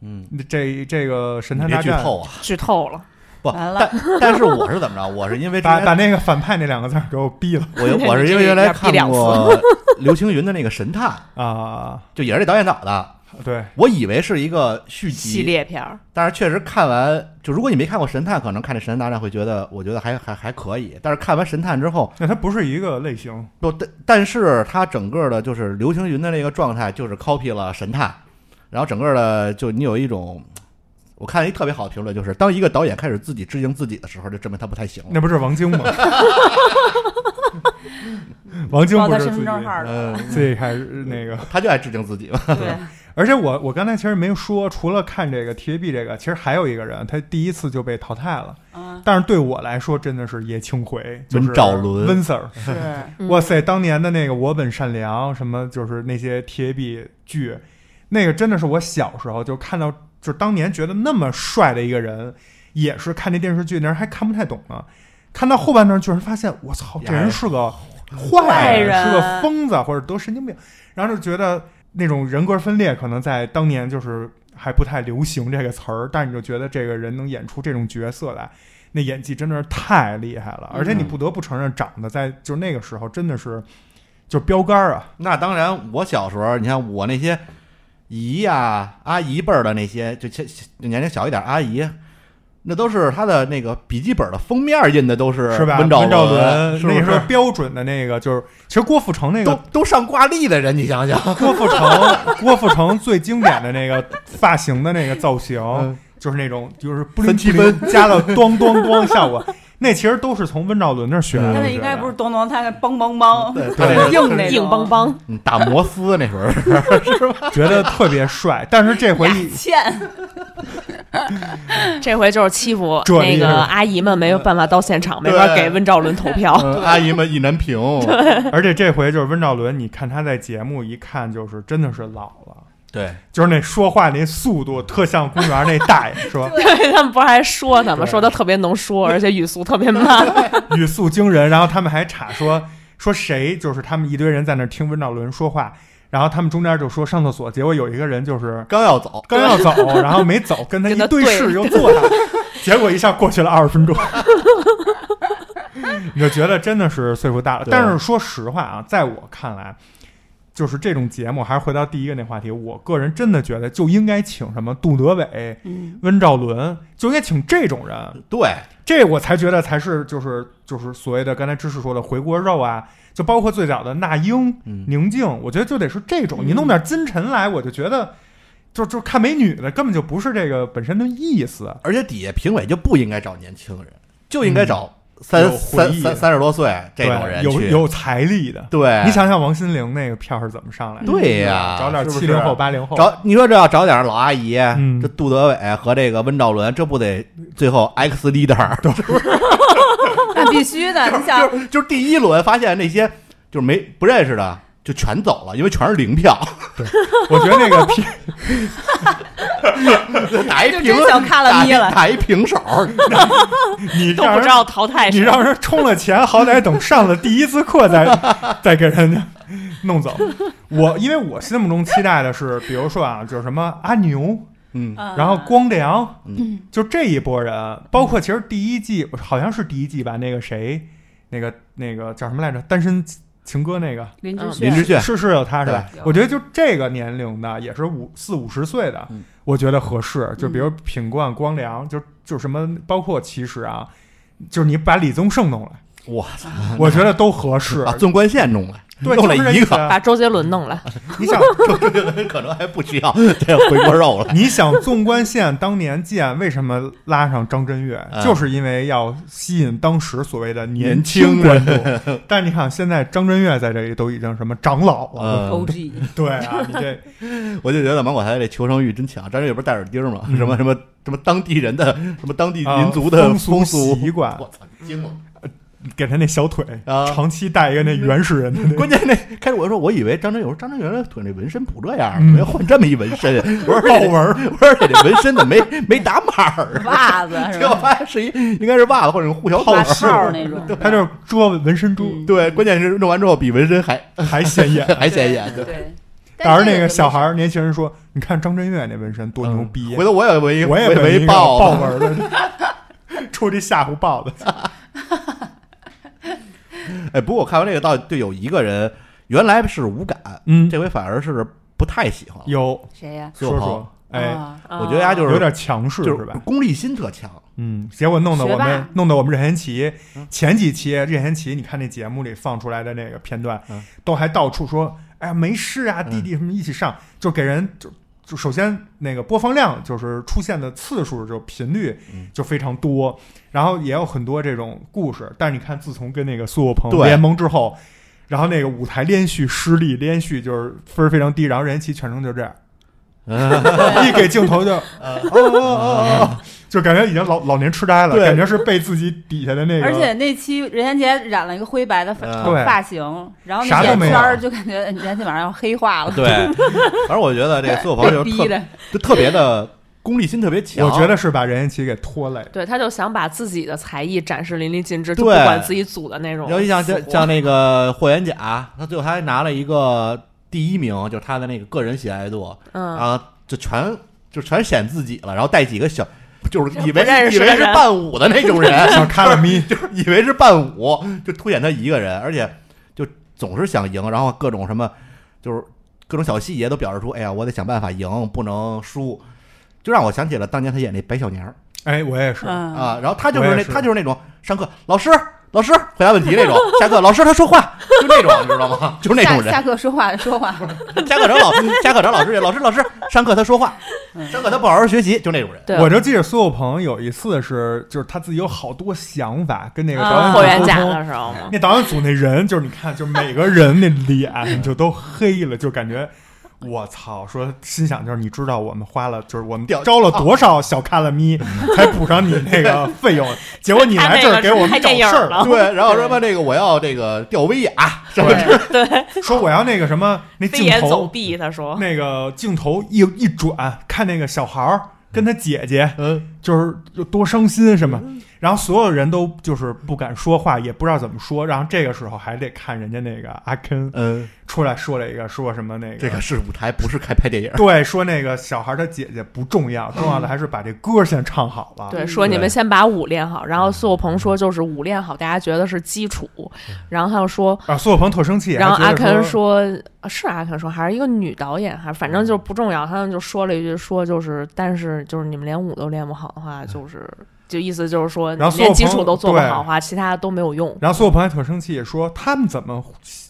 嗯，这这个神探别大剧战，透啊！剧透了，不，完了但但是我是怎么着？我是因为之把前把那个反派那两个字儿给我毙了我我是因为原来看过 刘青云的那个《神探》，啊！就也是这导演导的，对，我以为是一个续集系列片儿，但是确实看完，就如果你没看过《神探》，可能看这《神探大战》会觉得，我觉得还还还可以。但是看完《神探》之后，那他不是一个类型，不，但但是他整个的就是刘青云的那个状态，就是 copy 了《神探》，然后整个的就你有一种，我看一特别好的评论，就是当一个导演开始自己制定自己的时候，就证明他不太行了。那不是王晶吗？ 王晶报不他是身自份己证号了。嗯，自己开始那个他就爱制定自己嘛。 对，而且我我刚才其实没说，除了看这个 TVB 这个，其实还有一个人，他第一次就被淘汰了。嗯，但是对我来说，真的是爷青回，就是温兆伦温 Sir。是 嗯哇塞，当年的那个《我本善良》，什么就是那些 TVB 剧，那个真的是我小时候就看到，就是当年觉得那么帅的一个人，也是看那电视剧那时候还看不太懂呢，看到后半段居然发现，我操，这人是个坏坏人，人是个疯子或者得神经病，然后就觉得那种人格分裂可能在当年就是还不太流行这个词儿，但你就觉得这个人能演出这种角色来。那演技真的是太厉害了，而且你不得不承认，长得在就是那个时候真的是就是标杆儿啊，那当然，我小时候，你看我那些姨呀、阿姨辈儿的那些，就前就年龄小一点阿姨，那都是她的那个笔记本的封面印的都是是吧？温兆伦，是不那时候是？标准的那个就是，其实郭富城那都个都上挂历的人，你想想，郭富城，郭富城最经典的那个发型的那个造型，嗯就是那种就是不灵不三七灵加到咣咣咣效果，那其实都是从温兆伦那儿学来的。他我那觉应该得不是咚咚，他那梆梆梆，对特别硬那种硬邦，邦，嗯打摩丝那时候，觉得特别帅，但是这 回一 欠 这回就是欺负这那里个是阿姨们没有办法到现场，没法对给温兆伦投票。 哦嗯阿姨们意难平。而且这回就是温兆伦，你看他在节目一看就是真的是老了。对，就是那说话那速度，特像公园那大爷是 吧？对他们不是还说呢吗？对说他特别能说，而且语速特别慢。语速惊人，然后他们还查说说谁，就是他们一堆人在那儿听温兆伦说话，然后他们中间就说上厕所，结果有一个人就是刚要走，刚要走，然后没走，跟他一跟他对视对又坐下，结果一下过去了二十分钟， 你就觉得真的是岁数大了。对但是说实话啊，在我看来。就是这种节目，还是回到第一个那话题，我个人真的觉得就应该请什么杜德伟、嗯，温兆伦，就应该请这种人，对，这我才觉得才是就是就是所谓的刚才知识说的回锅肉啊，就包括最早的那英、嗯宁静，我觉得就得是这种，你弄点金晨来，我就觉得就就看美女的，根本就不是这个本身的意思。而且底下评委就不应该找年轻人，就应该找三、嗯有回三忆三三十多岁这种人对有去。有财力的，对，你想想王心凌那个票是怎么上来的？对呀、找点是不七是零后、八零后，找你说这要找点老阿姨，嗯这杜德伟和这个温兆伦，这不得最后 X leader 都那必须的。你嗯 想，就是就是第一轮发现那些就是没不认识的就全走了，因为全是零 票，我觉得那个 P 打一就平真想看了打一咪了打一平手， 你 都让不人知道淘汰你谁。让人充了钱，好歹等上了第一次课再再给人家弄走。我因为我心目中期待的是，比如说啊，就是什么阿牛，嗯，嗯然后光良，嗯就这一波人，包括其实第一季好像是第一季吧，那个谁，那个那个叫什么来着，《单身情歌》那个林嗯志林炫志炫是是有他是吧对？我觉得就这个年龄的，也是五四五十岁的嗯，我觉得合适。就比如品冠、光良，就就什么，包括其实啊，就是你把李宗盛弄来。我操，我觉得都合适把。啊纵贯线弄来，对，弄就是了这意一思个，把周杰伦弄来，你想， 可能还不需要这回锅肉 了。你想纵观线当年建为什么拉上张震岳，嗯就是因为要吸引当时所谓的年轻轻观嗯众。但你看现在张震岳在这里都已经什么长老了，呃， OG，对啊，你这我就觉得芒果台这求生欲真强。张震岳不是戴耳钉吗？什么什么什么当地人的什么当地嗯啊 民族的风俗俗习惯我操，惊了！给他那小腿啊嗯长期带一个那原始人的那个 关键那开始我说，我以为张震岳，我说张震岳的腿那纹身不这样，嗯我要换这么一纹 身，我说豹纹，我说这纹身怎么没 没打码 儿啊？袜子是结果吧？发现是一应该是袜子或者护小腿袜儿。套那种，他就是遮纹身珠嗯对，关键是弄完之后比纹身还 还显眼。还显眼。对，对。当但时是那个小孩孩儿年轻人说：“你看张震岳那纹身多牛逼嗯啊回！”头我也纹一，嗯我也纹纹一个豹 子。纹的， 出去吓唬豹 子。哎，不过我看完这个，倒对有一个人原来是无感，嗯，这回反而是不太喜欢了。有谁呀？苏有说朋说，哎，啊，我觉得他就是有点强势就是是吧？功利心 特强，嗯，结果弄得我学们霸弄得我们任贤齐嗯前几期任贤齐，你看那节目里放出来的那个片段嗯，都还到处说，哎呀没事啊，嗯弟弟什么一起上，就给人就。就首先，那个播放量就是出现的次数就频率嗯就非常多，然后也有很多这种故事。但是你看，自从跟那个苏有朋对联盟之后，然后那个舞台连续失利，连续就是分儿非常低，然后任贤齐全程就这样，啊 一给镜头就，哦哦哦哦，就感觉已经老老年痴呆了，对感觉是被自己底下的那个，而且那期任贤齐染了一个灰白的发嗯头对发型，然后啥那都眼没有圈儿就感觉任贤齐马上要黑化了，对。 反正我觉得这个苏有哦朋就被是 逼特的。就特别的功利心特别强，我觉得是把任贤齐给拖 累。对，他就想把自己的才艺展示淋漓尽致，就不对管自己组的那种然哦死活。后你像像像那个霍元甲，他最后他还拿了一个第一名，就是他的那个个人喜爱度，嗯，啊，就全就全显自己了，然后带几个小， 就是以为不认以识的为人是伴舞的那种人， 想看了咪，就是以为是伴舞，就凸显他一个人，而且就总是想赢，然后各种什么就是各种小细节都表示出，哎呀，我得想办法赢，不能输。就让我想起了当年他演那白小娘儿哎，我也是，嗯啊，然后他就我是也那是他就是那种上课老师老师回答问题那种，下课老师他说话就那种，你知道吗？ 就是那种下人下，课说话说 话，家课找老家课找老师去，老师老师上课他说话，嗯上课他不好好学习，就那种人。对，我就记得苏有朋有一次是，就是他自己有好多想法，跟那个啊导霍演元组沟甲通。的时候嘛，那导演组那人，就是你看，就是每个人那脸就都黑了，就感觉我操！说心想就是你知道我们花了，就是我们掉招了多少小卡拉咪，才补上你那个 费用，结果你他来那这个儿给是我们拍找电影事儿了对，然后什么那个我要这个吊威亚，什么 说我要那个什么那飞镜檐走头，壁，他说那个镜头一一转，看那个小孩儿跟他姐姐，嗯，就是有多伤心什么，然后所有人都就是不敢说话，也不知道怎么说，然后这个时候还得看人家那个阿肯嗯，出来说了一个说什么那个这个是舞台，不是开拍电影。 对，说那个小孩儿他姐姐不重要，重要的还是把这歌先唱好嗯了。嗯对，说你们先把舞练好，然后苏有朋说就是舞练好，大家觉得是基础，然后他又说，啊，苏有朋特生气，然后嗯阿还觉得肯说，说啊是阿肯说还是一个女导演，还反正就是不重要，他们就说了一句说就是，但是就是你们连舞都练不好的话，就是就意思就是说，嗯然后苏有连基朋础都做不对好的话，其他的都没有用。然后苏有朋还特生气，说他们怎么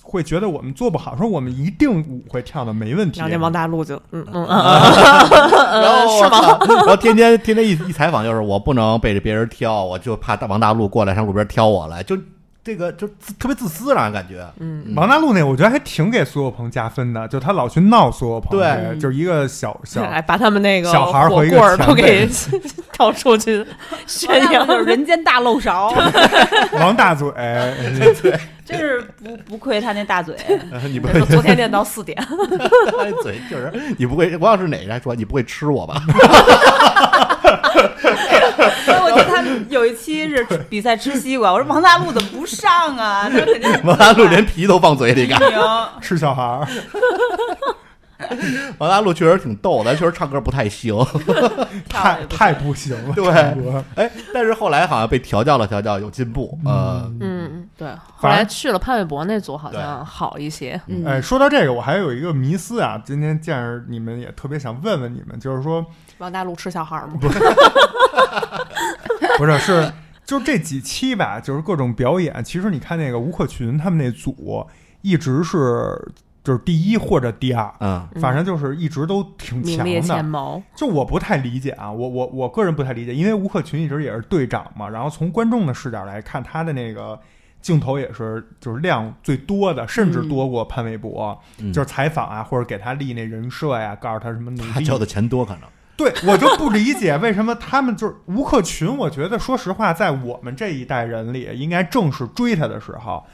会觉得我们做不好，说我们一定舞会跳的没问题然后。那王大陆就嗯嗯 嗯，然后是吗？然后天天天天一一采访就是我不能被别人挑，我就怕大王大陆过来上路边挑我来，就这个就自特别自私，让人感觉。嗯王大陆那我觉得还挺给苏有朋加分的，就他老去闹苏有朋，对，就是一个小 小来哎把他们那个小孩儿火和一个棍儿前都辈 给跳出去宣扬， 就是 人间大漏勺，王大嘴， 哎真是不不愧他那大 嘴， 你不说会昨天练到四点， 嘴确实，你不会，我要是哪人还说你不会吃我吧？所以我记得他们有一期是 比赛吃西瓜，我说王大陆怎么不上啊？他肯定是王大陆连皮都放嘴里 干。赢，是小孩儿。王大陆确实挺逗的，确实唱歌不太行。太太不行了， 对差不多哎，但是后来好像被调教了调教，有进步。呃，嗯，对。后反来正去了潘玮柏那组好像好一些，哎，说到这个，我还有一个迷思啊，今天见着你们也特别想问问你们，就是说，王大陆吃小孩儿吗？不是是， 就这几期吧，就是各种表演，其实你看那个吴克群他们那组一直是就是第一或者第二。嗯，反正就是一直都挺名强列前的， 茅，就我不太理解啊，我我我个人不太理解，因为吴克群一直也是队长嘛，然后从观众的视角来看，他的那个镜头也是就是量最多的，甚至嗯多过潘玮柏，嗯就是采访啊，或者给他立那人设呀、告诉他什么努他力交的钱多，可能。 对我就不理解为什么他们就是吴克群，我觉得说实话，在我们这一代人里，应该正是追他的时候，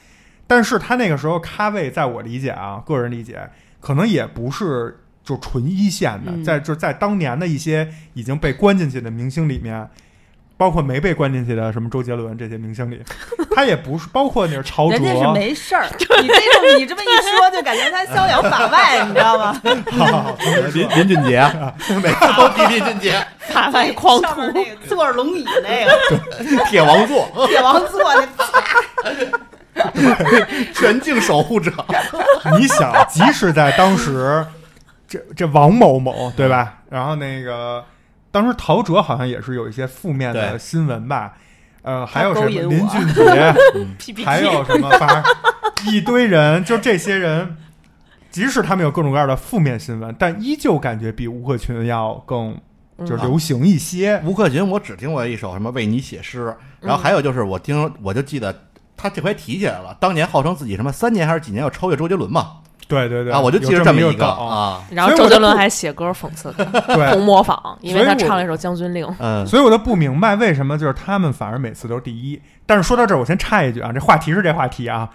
但是他那个时候咖位，在我理解啊，个人理解，可能也不是就纯一线的，嗯在就是在当年的一些已经被关进去的明星里面。包括没被关进去的，什么周杰伦这些明星里，他也不是包括 那是曹人卓，家是啊没事儿。 你这种你这么一说，就感觉他逍遥法外，你知道吗？好好好重新说 林林俊杰，每次都提林俊 杰，法外狂上面徒，那个坐着龙椅那个铁王座， 铁王座那全境守护者。你想，即使在当时，这这王某某对吧？嗯然后那个当时陶喆好像也是有一些负面的对新闻吧，呃，还有什他么勾引我林 俊杰， PPT 还有什么，反正一堆人，就这些人，即使他们有各种各样的负面新闻，但依旧感觉比吴克群要更嗯就是流行一些。吴克群，我只听过一首什么为你写诗，然后还有就是我听，我就记得他这回提起来了，当年号称自己什么三年还是几年要超越周杰伦嘛，对对对，啊，我就记有着这么一个个梗，啊，然后所以周我杰就伦不还写歌讽刺他， 对同。模仿，因为所以他我唱了一首《将军令》。嗯，所以我都不明白为什么就是他们反而每次都是第一。但是说到这儿，我先插一句啊，这话题是这话题啊，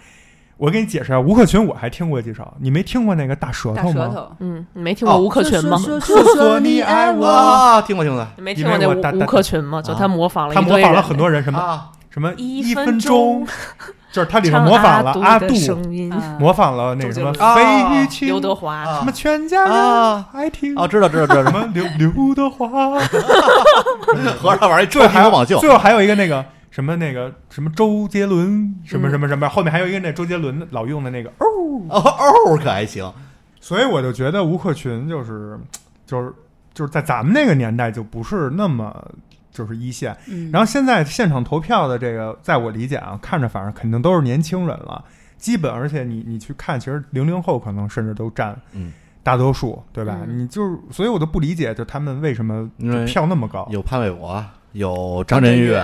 我给你解释啊。吴克群我还听过几首，你没听过那个大舌头吗？头。嗯，你没听过哦吴克群吗？说说你爱我，啊，听过听过你没因听过为那我吴大吴大克群吗？就啊他模仿了他一模堆仿了人很多人，什么啊，什么一分分钟钟，就是它里头唱模仿了阿阿杜的，声音，模仿了那个什么周杰伦飞鱼情，刘德什华，啊么全家人啊爱听哦，知道知道知什道， 么刘刘德华，合着玩一最后这还还有有网秀最，后还有一个那个什么那个什么周杰伦什么什么什么，后面还有一个那周杰伦老用的那个，哦哦，可还行，所以我就觉得吴克群就是就是就是在咱们那个年代就不是那么。就是一线，嗯然后现在现场投票的这个，在我理解啊，看着反正肯定都是年轻人了，基本而且你你去看，其实零零后可能甚至都占嗯大多数，对吧？嗯你就是，所以我都不理解，就他们为什么因为票那么高嗯有潘玮柏，有张震岳，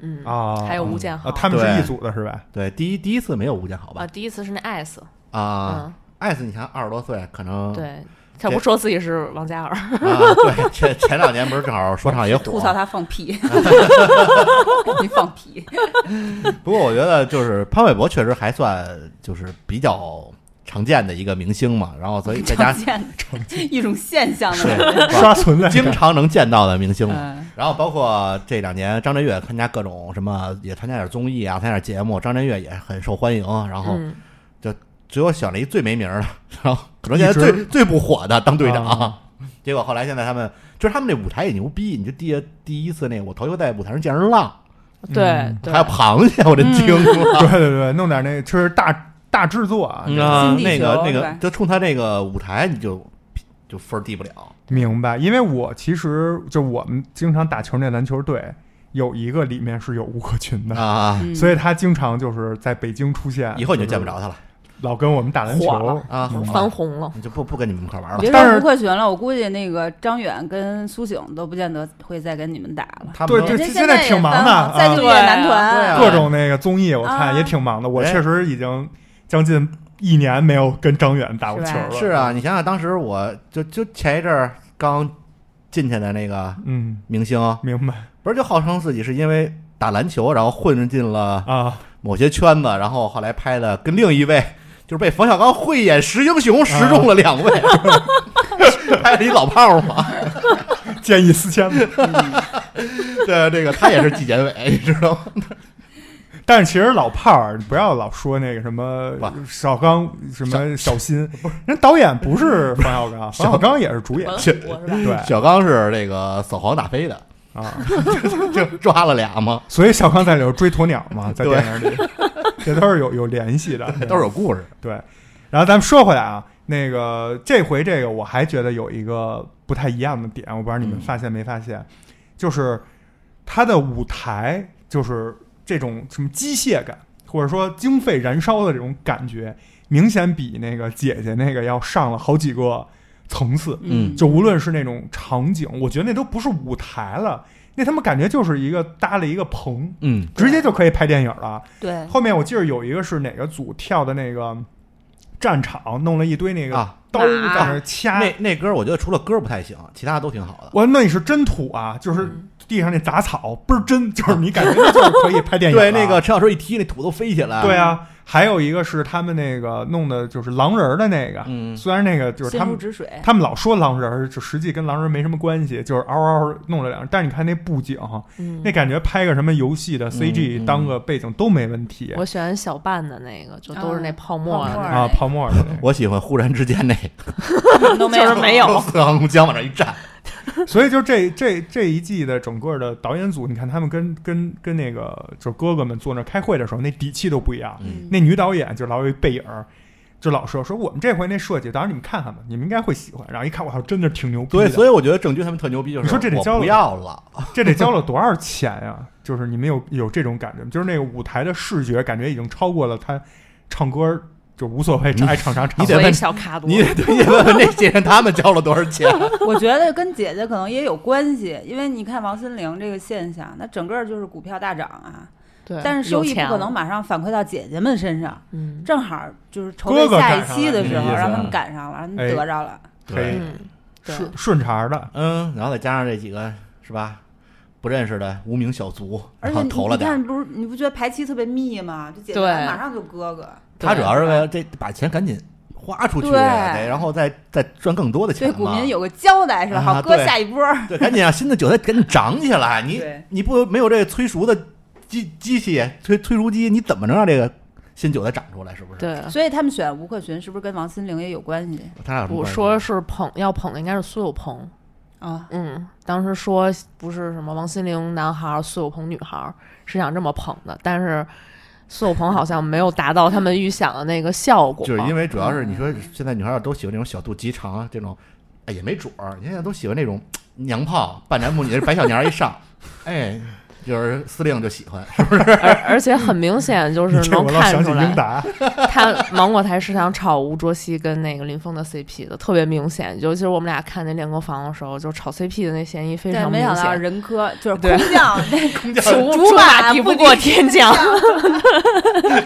嗯，啊？还有吴建豪啊，他们是对一组的是吧？对，第一第一次没有吴建豪啊，吧？第一次是那 S，啊嗯，，艾斯，你看二十多岁，可嗯能对。他不说自己是王嘉尔，啊，对， 前前两年不是正好说唱也火，吐槽他放 屁，你放屁，不过我觉得就是潘玮柏确实还算就是比较常见的一个明星嘛，然后所以在常家见的一种现象的对感 觉。刷存在经感。常能见到的明星嘛。嗯，然后包括这两年张震岳参加各种什么也参加点综艺啊，参加点节目，张震岳也很受欢迎。然哦后嗯，只有选了一最没名儿的， 然后可能一现在直最最不火的当队长。啊结果后来现在他们就是他们这舞台也牛逼，你就第第一次那个我头一回在舞台上见人浪，嗯对对还有，螃蟹，我真惊了。对对对，弄点那就是大大制作啊， 嗯啊，新地那个球那是个吧，就冲他那个舞台，你就就分儿低不了。明白？因为我其实就我们经常打球那篮球队有一个里面是有吴克群的，啊，所以他经常就是在北京出现，以后你就见不着他了。老跟我们打篮火球了，啊，好翻吧红了。你就不不跟你们一块玩了。别但说是吴克群了，我估计那个张远跟苏醒都不见得会再跟你们打了。他们对都对，人家现现在也挺忙翻的了再啊就对业男对团，啊各种那个综艺我看啊也挺忙的，我哎确实已经将近一年没有跟张远打过球了。是，啊，你想想当时我就就前一阵儿刚进去的那个嗯，明星，明白不是就号称自己是因为打篮球，然后混进了啊，某些圈子，然后后来拍的跟另一位就是被冯小刚慧眼识英雄识中了两 位，拍了一老炮儿嘛。建议四千 吧。对，这个他也是纪检委，你知道吗？但是其实老炮儿，不要老说那个什么不小刚什么小新，人小导演不是冯小刚，冯小刚也是主演我这是吧？对小刚是这个扫黄打非的，啊，就抓了俩嘛，所以小刚在里头追鸵鸟 嘛，在对电影里， 这都是有有联系 的，都是有故事。对。然后咱们说回来啊，那个这回这个我还觉得有一个不太一样的点，我不知道你们嗯发现没发现，就是它的舞台就是这种什么机械感，或者说经费燃烧的这种感觉，明显比那个姐姐那个要上了好几个层次。嗯就无论是那种场景，我觉得那都不是舞台了，那他们感觉就是一个搭了一个棚，嗯，直接就可以拍电影了。对，后面我记得有一个是哪个组跳的那个战场，弄了一堆那个啊刀在那儿掐。那那歌我觉得除了歌不太行，其他都挺好的。我那你是真土啊，就是嗯地上那杂草倍儿真，就是你感觉那就是可以拍电影了。对，那个陈小春一踢，那土都飞起来。对，啊，还有一个是他们那个弄的就是狼人儿的那个，嗯，虽然那个就是心他如们止水。他们老说狼人儿，就实际跟狼人没什么关系，就是嗷嗷弄了两人。但是你看那布景，嗯那感觉拍个什么游戏的 CG、嗯当个背景都没问题我喜欢小半的那个，就都是那啊嗯泡沫泡沫的，啊。泡沫的那我喜欢忽然之间那个嗯都没就有是没有。四个航空枪往那 一站， 个，所以就这这这一季的整个的导演组，你看他们跟跟跟那个就是哥哥们坐那儿开会的时候，那底气都不一样。嗯那女导演就老有一背影儿，就老说说我们这回那设计，当然你们看看吧，你们应该会喜欢。然后一看，我操，真的挺牛逼的。对，所以我觉得郑钧他们特牛逼，就是你说这得我交不了要了，这得交了多少钱呀、就是你们有有这种感觉吗？就是那个舞台的视觉感觉已经超过了他唱歌儿，就无所谓，你爱唱啥唱你啥。得所以问小卡多，你得你得问问那些人他们交了多少钱。我觉得跟姐姐可能也有关系，因为你看王心凌这个现象，那整个就是股票大涨啊，对，但是收有益不钱可能了，马上反馈到姐姐们身上，嗯正好就是筹哥备哥下赶一上期了的这时意候，思让他啊们赶上了，让他哎们得着了。 可以嗯，对顺顺茬儿的，嗯，然后再加上这几个是吧，不认识的无名小卒，而然且后你投了你点儿看，。不是你不觉得排期特别密吗？这姐姐对马上就哥哥，他主要是为对了这把钱赶紧花出去，对得然后再再赚更多的钱对嘛。股民有个交代是吧？啊好，哥对下一波。对，赶紧让新的韭菜赶紧长起来。你对你不没有这个催熟的机机器催催熟机，你怎么能让这个新韭菜长出来？是不是？，对。所以他们选吴克群是不是跟王心凌也有关系他俩有什么我关系说是捧要捧的应该是苏有朋，啊？嗯，当时说不是什么王心凌男孩儿、苏有朋女孩儿，是想这么捧的，但是苏有朋好像没有达到他们预想的那个效果， 就是因为主要嗯是你说现在女孩儿都喜欢那种小肚鸡肠啊，这种，哎也没准儿，人家都喜欢那种娘炮半男不女，白小娘儿一上，哎，就是司令就喜欢， 是不是？而而且很明显就 是你这能我老看想起出英来，达，他芒果台时常炒吴卓羲跟那个林峰的 CP 的特别明显，尤其是我们俩看那练歌房的时候，就炒 CP 的那嫌疑非但常没明想到显，人科就是对空降，竹竹竹马马敌不不过敌天将。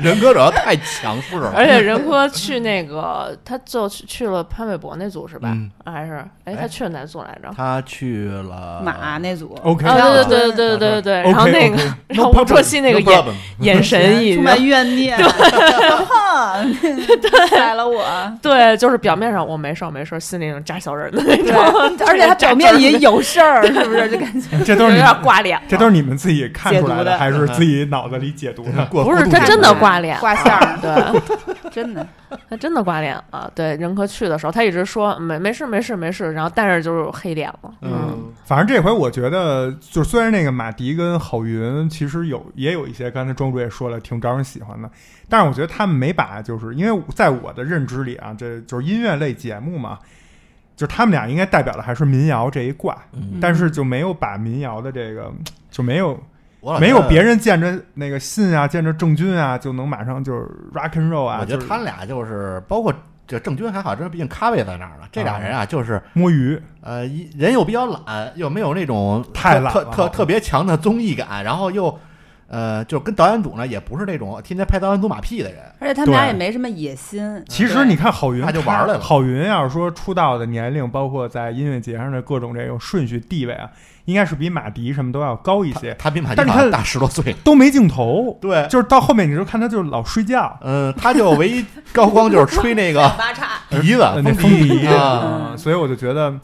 人哥主要太强势了，而且仁哥去那个，他就去去了潘玮柏那组是吧？嗯还是哎，他去了哪组来着？他去了马那组 OK 啊，然后对对对对对对对。 OK，然后那个，然后 no 吴卓羲那个 No 眼 problem 眼神一充满怨念，哼， 宰了 我。对，就是表面上我没事儿没事儿，心里那种扎小人的那对种，，而且他表面也有事儿，是不是？就感觉这就都是是有你点挂脸，这都是你们自己看出来解读的，的还是自己脑子里解读的？ 过不是过渡他期真的挂脸，挂线儿，对， 真的。他真的挂脸啊！对，仁哥去的时候，他一直说没没事没事没事，然后但是就是黑脸了，嗯，嗯，反正这回我觉得，就虽然那个马迪跟郝云其实有也有一些，刚才庄主也说了，挺招人喜欢的，但是我觉得他们没把，就是因为在我的认知里啊，这就是音乐类节目嘛，就是他们俩应该代表的还是民谣这一挂，嗯但是就没有把民谣的这个就没有我老没觉有得别，人见着那个信啊，见着郑钧啊，就能马上就是 rock and roll 啊，我觉就得是他俩就是包括这郑钧还好，这毕竟咖位在那儿呢。这俩人啊，就是摸鱼，呃，一人又比较懒，又没有那种 太特懒特了特特别强的综艺感，然后又呃，就是跟导演组呢，也不是那种天天拍导演组马屁的人。而且他们俩对也没什么野心。其实对你看郝云，他就玩儿来了郝云要是说出道的年龄，包括在音乐节上的各种这种顺序地位啊，应该是比马迪什么都要高一他些，他比马但季是好像他大十 多岁。都没镜头，对，就是到后面你就看他就是老睡觉，嗯，他就唯一高光就是吹那个 八叉， 笛子，呃那风风笛笛 啊，嗯所以我就觉得。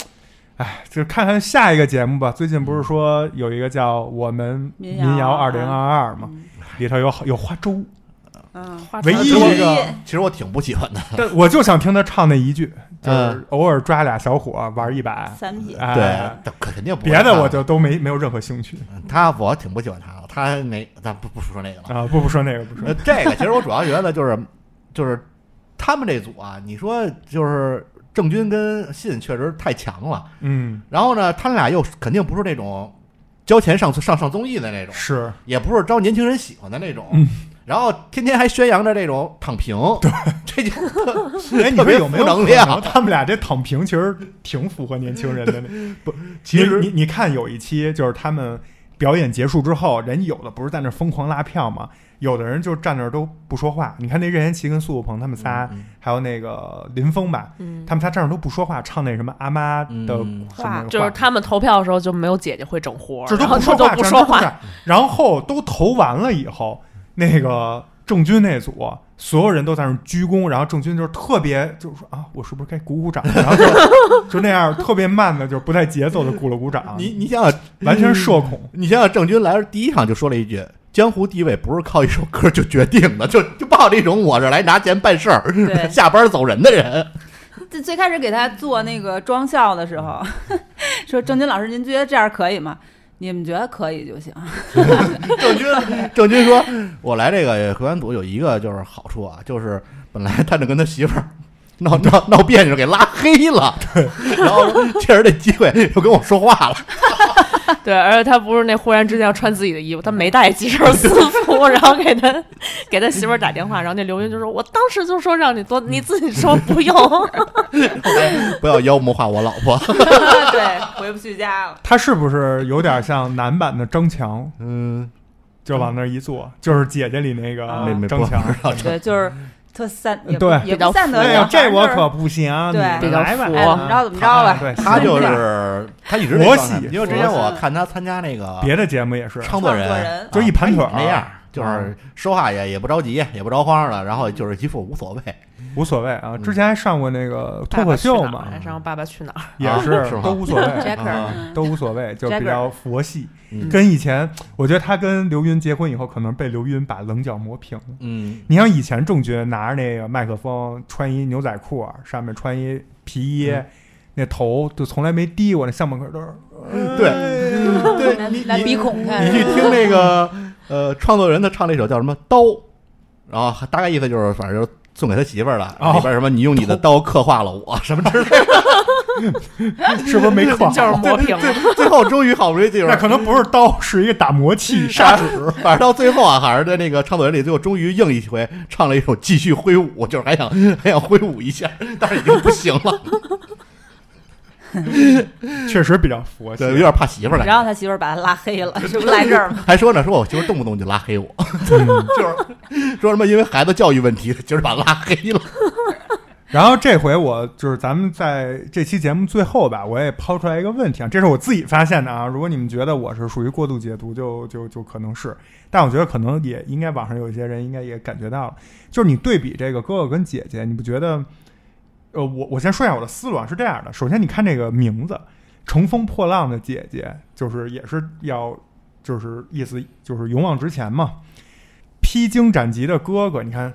哎，就看看下一个节目吧。最近不是说有一个叫《我们民民谣谣啊二零二二》嘛，嗯里头有好有花粥，嗯，画唯出来一的一个其实我挺不喜欢的。但我就想听他唱那一句，就嗯是偶尔抓俩小伙玩一把，三品哎对，肯肯定不会啊别的看我就都没没有任何兴趣他我挺不喜欢他的，他那咱不不说那个了。啊！不不说那个，不说呃，这个其实我主要觉得就是就是他们这组啊，你说就是郑钧跟信确实太强了，嗯，然后呢，他们俩又肯定不是那种交钱上上上综艺的那种，是也不是招年轻人喜欢的那种。嗯然后天天还宣扬着这种躺平，对，这 就哎，你特说别有没负有能可量能他们俩这躺平其实挺符合年轻人的那？ 其实你你你看有一期就是他们表演结束之后，人有的不是在那儿疯狂拉票嘛，有的人就站那儿都不说话。你看那任贤齐跟苏有朋他们仨，嗯还有那个林峰吧，嗯，他们仨站那儿都不说话，唱那什么阿妈的嗯什么话，就是他们投票的时候就没有姐姐会整活儿，这然后不就说都话，不这说都话这，样然后都投完了以后，那个郑钧那组所有人都在那儿鞠躬，然后郑钧就是特别就是说啊，我是不是该鼓鼓掌？然后就就那样特别慢的，就是不带节奏的鼓了鼓掌， 你你想嗯想，完全是社恐。你想想，郑钧来第一场就说了一句：“江湖地位不是靠一首歌就决定的，就就抱这种我是来拿钱办事儿 对、下班走人的人。这最开始给他做那个妆效的时候， 说郑钧老师，您觉得这样可以吗？你们觉得可以就行。” 郑钧，郑钧说：“我来这个合演组有一个就是好处啊，就是本来他就跟他媳妇儿闹闹闹别扭，给拉黑了，然后借着这机会又跟我说话了。对，而且他不是那忽然之间要穿自己的衣服，他没带几身私服，然后给他给他媳妇儿打电话，然后那刘云就说：“我当时就说让你多，你自己说不用。嗯不要妖魔化我老 婆。对，回不去家了。他是不是有点像男版的张强？”嗯，就往那儿一坐，就是姐姐里那个啊没没张强。 对，就是特散，也不对也比较不散得对哎服呦了，，这我反正就是可不行，啊你对们比较来吧，服哎怎么着怎么着吧。对，他就是他一直那佛状态系因为之前我看他参加那个别的节目也是，创作作人人，就一盘腿儿啊哎那样，啊就是说话也也不着急，也不着慌的，然后就是一副无所谓，无所谓啊。嗯之前还上过那个 脱口秀嘛，哎然后爸爸去哪儿？也啊是吗都无所谓， Jacker，啊嗯都无所谓，就比较佛系嗯。跟以前，我觉得他跟刘云结婚以后，可能被刘云把棱角磨平了。嗯，你像以前郑钧拿着那个麦克风，穿一牛仔裤，上面穿一皮衣，嗯那头就从来没低过，那相貌可都是嗯哎对对，你拿鼻你孔嗯看你去听那个呃创作人他唱那首叫什么刀，然后大概意思就是反正就是送给他媳妇儿了，哦里边什么你用你的刀刻画了我 什么之类的，是不是没框？就是磨平了。最后终于好不容易就是那可能不是刀，是一个打磨器，杀死，反正到最后啊，还是在那个唱作人里，最后终于硬一回，唱了一首《继续挥舞》，就是还想 还想挥舞一下，但是已经不行了，确实比较佛系啊对，有。点怕媳妇儿了。然后他媳妇儿把他拉黑了，是不是来这儿吗？还说呢，说我媳妇儿动不动就拉黑我， 就是说什么因为孩子教育问题，今儿把拉黑了。然后这回我就是咱们在这期节目最后吧，我也抛出来一个问题啊，这是我自己发现的啊。如果你们觉得我是属于过度解读，就就就可能是，但我觉得可能也应该网上有一些人应该也感觉到了，就是你对比这个哥哥跟姐姐，你不觉得？呃，我我先说一下我的思路啊，是这样的：首先你看这个名字“乘风破浪的姐姐”，就是也是要就是意思就是勇往直前嘛。披荆斩棘的哥哥，你看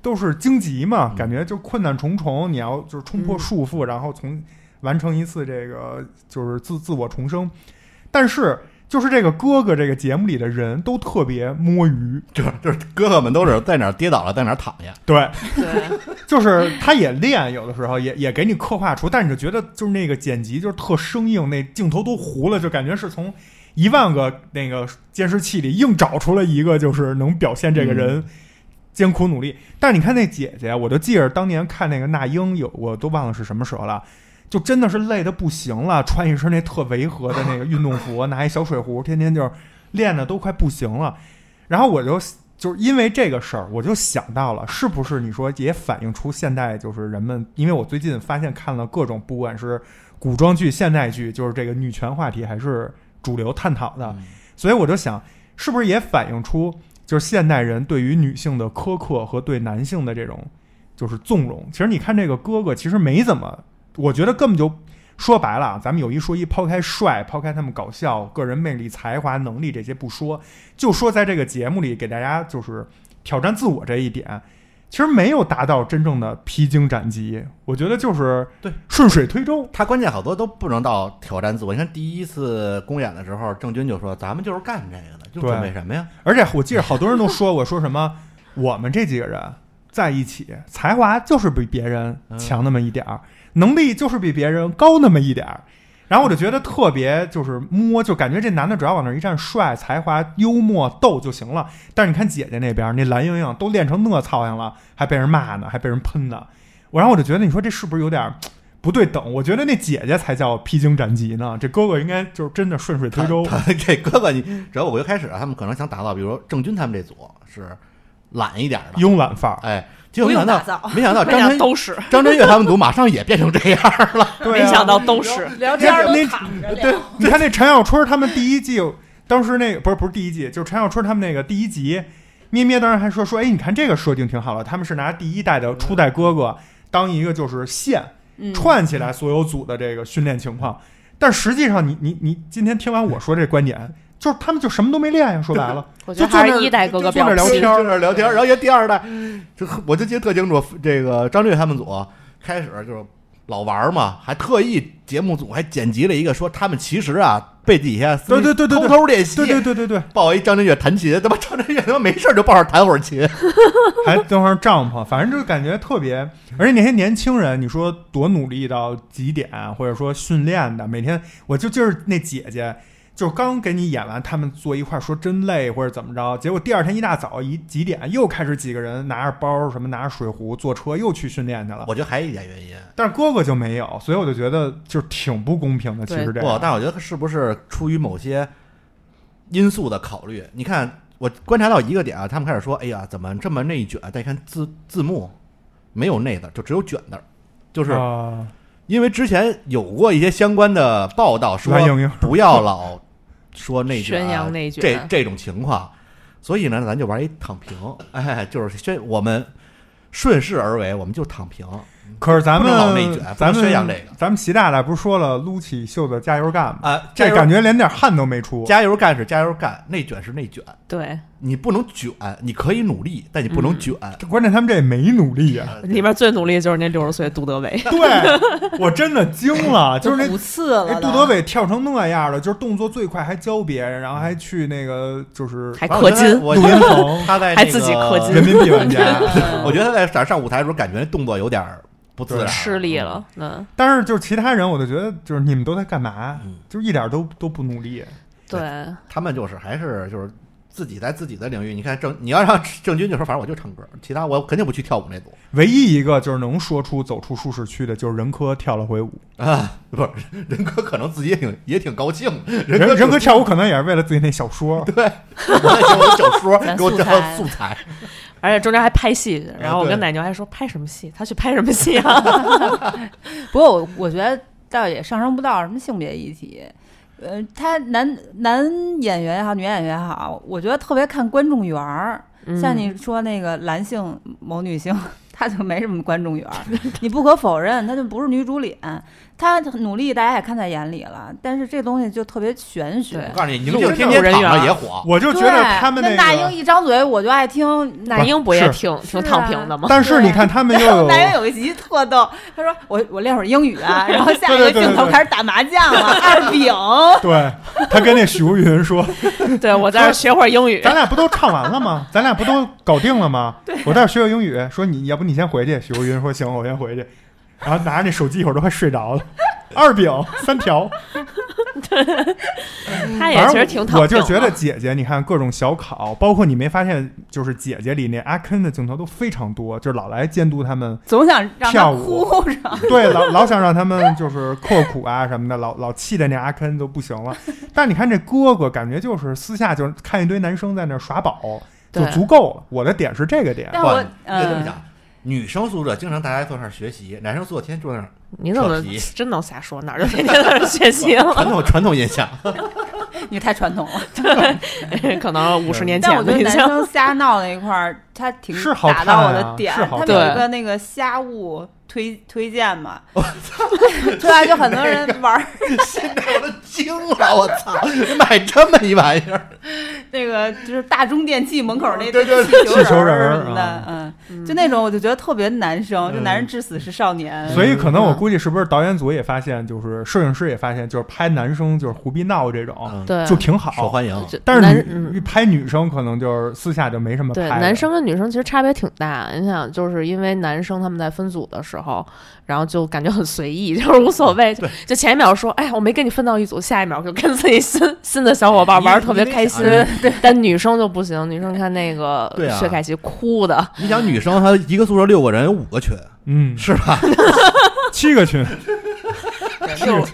都是荆棘嘛，嗯感觉就困难重重，你要就是冲破嗯束缚，然后从完成一次这个就是自自我重生。但是就是这个哥哥这个节目里的人都特别摸鱼，就是就是哥哥们都是在哪儿跌倒了，在哪儿躺下。对，对，就是他也练，有的时候也也给你刻画出，但是你就觉得就是那个剪辑就是特生硬，那镜头都糊了，就感觉是从一万个那个监视器里硬找出了一个，就是能表现这个人艰苦努力。但是你看那姐姐，我就记着当年看那个那英有，我都忘了是什么时候了。就真的是累的不行了，穿一身那特违和的那个运动服，拿一小水壶，天天就是练的都快不行了。然后我就就是因为这个事儿，我就想到了，是不是你说也反映出现代就是人们？因为我最近发现看了各种，不管是古装剧、现代剧，就是这个女权话题还是主流探讨啊嗯的，嗯所以我就想，是不是也反映出就是现代人对于女性的苛刻和对男性的这种就是纵容？其实你看这个哥哥，其实没怎么，我觉得根本就。呃说白了啊，咱们有一说一，抛开帅，抛开他们搞笑、个人魅力、才华、能力这些不说，就说在这个节目里给大家就是挑战自我这一点，其实没有达到真正的披荆斩棘。我觉得就是对顺水推舟，他关键好多都不能到挑战自我。你看第一次公演的时候，郑钧就说：“咱们就是干这个的，就对准备什么呀？ 而且我记得好多人都说 我说什么，我们这几个人在一起，才华就是比别人强那么一点嗯儿，能力就是比别人高那么一点儿。然后我就觉得特别就是嗯摸，就感觉这男的只要往那儿一站，帅、才华、幽默、逗就行了。但是你看姐姐那边儿，那蓝莹莹都练成那操样了，还被人骂呢，还被人喷呢。我然后我就觉得，你说这是不是有点儿不对等？我觉得那姐姐才叫披荆斩棘呢，这哥哥应该就是真的顺水推舟。他他这哥哥你，主要我就开始啊，他们可能想打造，比如说郑钧他们这组是懒一点的，慵懒范儿，哎，结果没想不到用打，没想到大家张震都是，张震岳他们组马上也变成这样了。对没啊想到都是。聊天天儿都都躺躺着 对，你看那陈小春他们第一季，当时那个不是不是第一季，就是陈小春他们那个第一集，咩咩当时还说说，哎，你看这个设定挺好了，他们是拿第一代的初代哥哥当一个就是线嗯串起来所有组的这个训练情况，但实际上你你你今天听完我说这观点，就是他们就什么都没练呀，说白了，我觉得就坐还那儿是一代哥哥比就坐那儿较聊气天就在那儿聊天儿，然后也第二代，这我就记得特清楚，这个张震岳他们组开始就是老玩儿嘛，还特意节目组还剪辑了一个说他们其实啊背底下私对对对对对偷偷练习，对对对对对，抱一张震岳弹琴，他妈张震岳他妈没事儿就抱着弹会儿琴，还登上帐篷，反正就感觉特别。而且那些年轻人，你说多努力到极点，或者说训练的，每天我就就是那姐姐，就是刚给你演完，他们坐一块儿说真累或者怎么着，结果第二天一大早一几点又开始几个人拿着包什么拿着水壶坐车又去训练去了。 我觉得还有一点原因，但是哥哥就没有，所以我就觉得就是挺不公平的。其实这不，样，但我觉得是不是出于某些因素的考虑？你看，我观察到一个点啊，他们开始说：“哎呀，怎么这么内卷？”啊再看字字幕，没有“内”字，就只有“卷”字，就是啊因为之前有过一些相关的报道说蓝莹莹，不要老说内卷啊，宣扬内卷这这种情况，所以呢，咱就玩一躺平，哎，就是宣我们顺势而为，我们就躺平，可是咱们不能老内卷咱们不能宣扬这个咱们习大大不是说了撸起袖子加油干吗？啊，这加油感觉连点汗都没出。加油干是加油干，内卷是内卷。对，你不能卷，你可以努力，但你不能卷。关键他们这也没努力 呀、嗯里边最努力的就是那六十岁杜德伟，对，我真的惊 了，就是那五次了那都，杜德伟跳成那样了，就是动作最快，还教别人，然后还去那个就是还反正我氪觉得金，我录觉音得棚 他在还那自己个氪金人民币玩家。 我觉得他在上上舞台的时候，感觉动作有点儿不自然，啊吃力。了。嗯， 但是就是其他人，我就觉得就是你们都在干嘛嗯，就是一点都都不努力。对，他们就是还是就是自己在自己的领域。你看郑，你要让郑钧就说，反正我就唱歌，其他我肯定不去跳舞那组唯一一个就是能说出走出舒适区的，就是任科跳了回舞。啊。不是，任哥可能自己也挺也挺高兴，任 任哥任科跳舞可能也是为了自己那小 说，我给我小说，咱给我素叫材素材。而且中间还拍戏，啊然后我对跟奶牛还说拍什么戏，他去拍什么戏啊？不过我我觉得倒也上升不到什么性别议题。呃，他男男演员也好，女演员也好，我觉得特别看观众缘儿。像你说那个男性某女性， 她就没什么观众缘儿， 你不可否认，她就不是女主脸，她努力大家也看在眼里了，但是这东西就特别玄学。我告诉你，宁路静人天天人躺着缘也火，我就觉对，得他们那那英个。一张嘴我就爱听那 英不是也挺是挺躺啊平的吗？但是你看他们又然后有 男人有一集特逗，他说我我练会儿英语 啊，然后下一对个对对镜头对开始打麻将了， 二饼。对他跟那许茹芸说，对我在这儿学会儿英语，咱俩不都唱完了 吗？咱俩不都搞定了吗？我在这儿学学英语，说你要不你先回去。许茹芸说行， 我先回去。然后拿着那手机，一会儿都快睡着了。二饼三条，他也反哎其正实挺我讨我就厌觉得姐姐，你看各种小考，包括你没发现，就是姐姐里那阿 Ken 的镜头都非常多，就是老来监督他 们，总想让他跳舞哭上。对，老老想让他们就是刻苦啊什么的，老老气的那阿 Ken 都不行 了。但你看这哥哥，感觉就是私下就是看一堆男生在那耍宝就对足够了。我的点是这个点，但我不你就这么嗯，讲，女生宿舍经常大家坐那儿学习，男生宿舍天天坐那儿，你怎么扯皮真能瞎说？哪儿就天天在这 学习传了？统传统印象。 你太传统 了。 可能五十年但我觉前的得印男象。生瞎闹那一块 儿，他挺是好打到我看啊的点。是好他们看有对一个那个虾物推推荐 嘛，对啊，就很多人玩儿现在我都惊了，我操！买这么一玩意儿，那个就是大中电器门口那对对气气球人人儿啊儿什么的，嗯，就那种我就觉得特别男生，就嗯男人至死是少年。 所以可能我嗯估计是不是导演组也发现，就是摄影师也发现，就是拍男生就是胡逼闹这种嗯对，就挺受好，欢迎。就但男是嗯女拍女生可能就是私下就没什么拍对，了。男生跟女生其实差别挺大。你想，就是因为男生他们在分组的时候，然后就感觉很随意， 就是无所谓，就对就前一秒说，哎呀，我没跟你分到一组，下一秒就跟自己新新的小伙伴玩儿你特别开心你得。 但女生就不行，女生看那个对啊薛凯琪哭的，你想，女生她一个宿舍六个人，有五个群，嗯，是吧？ 七个群，就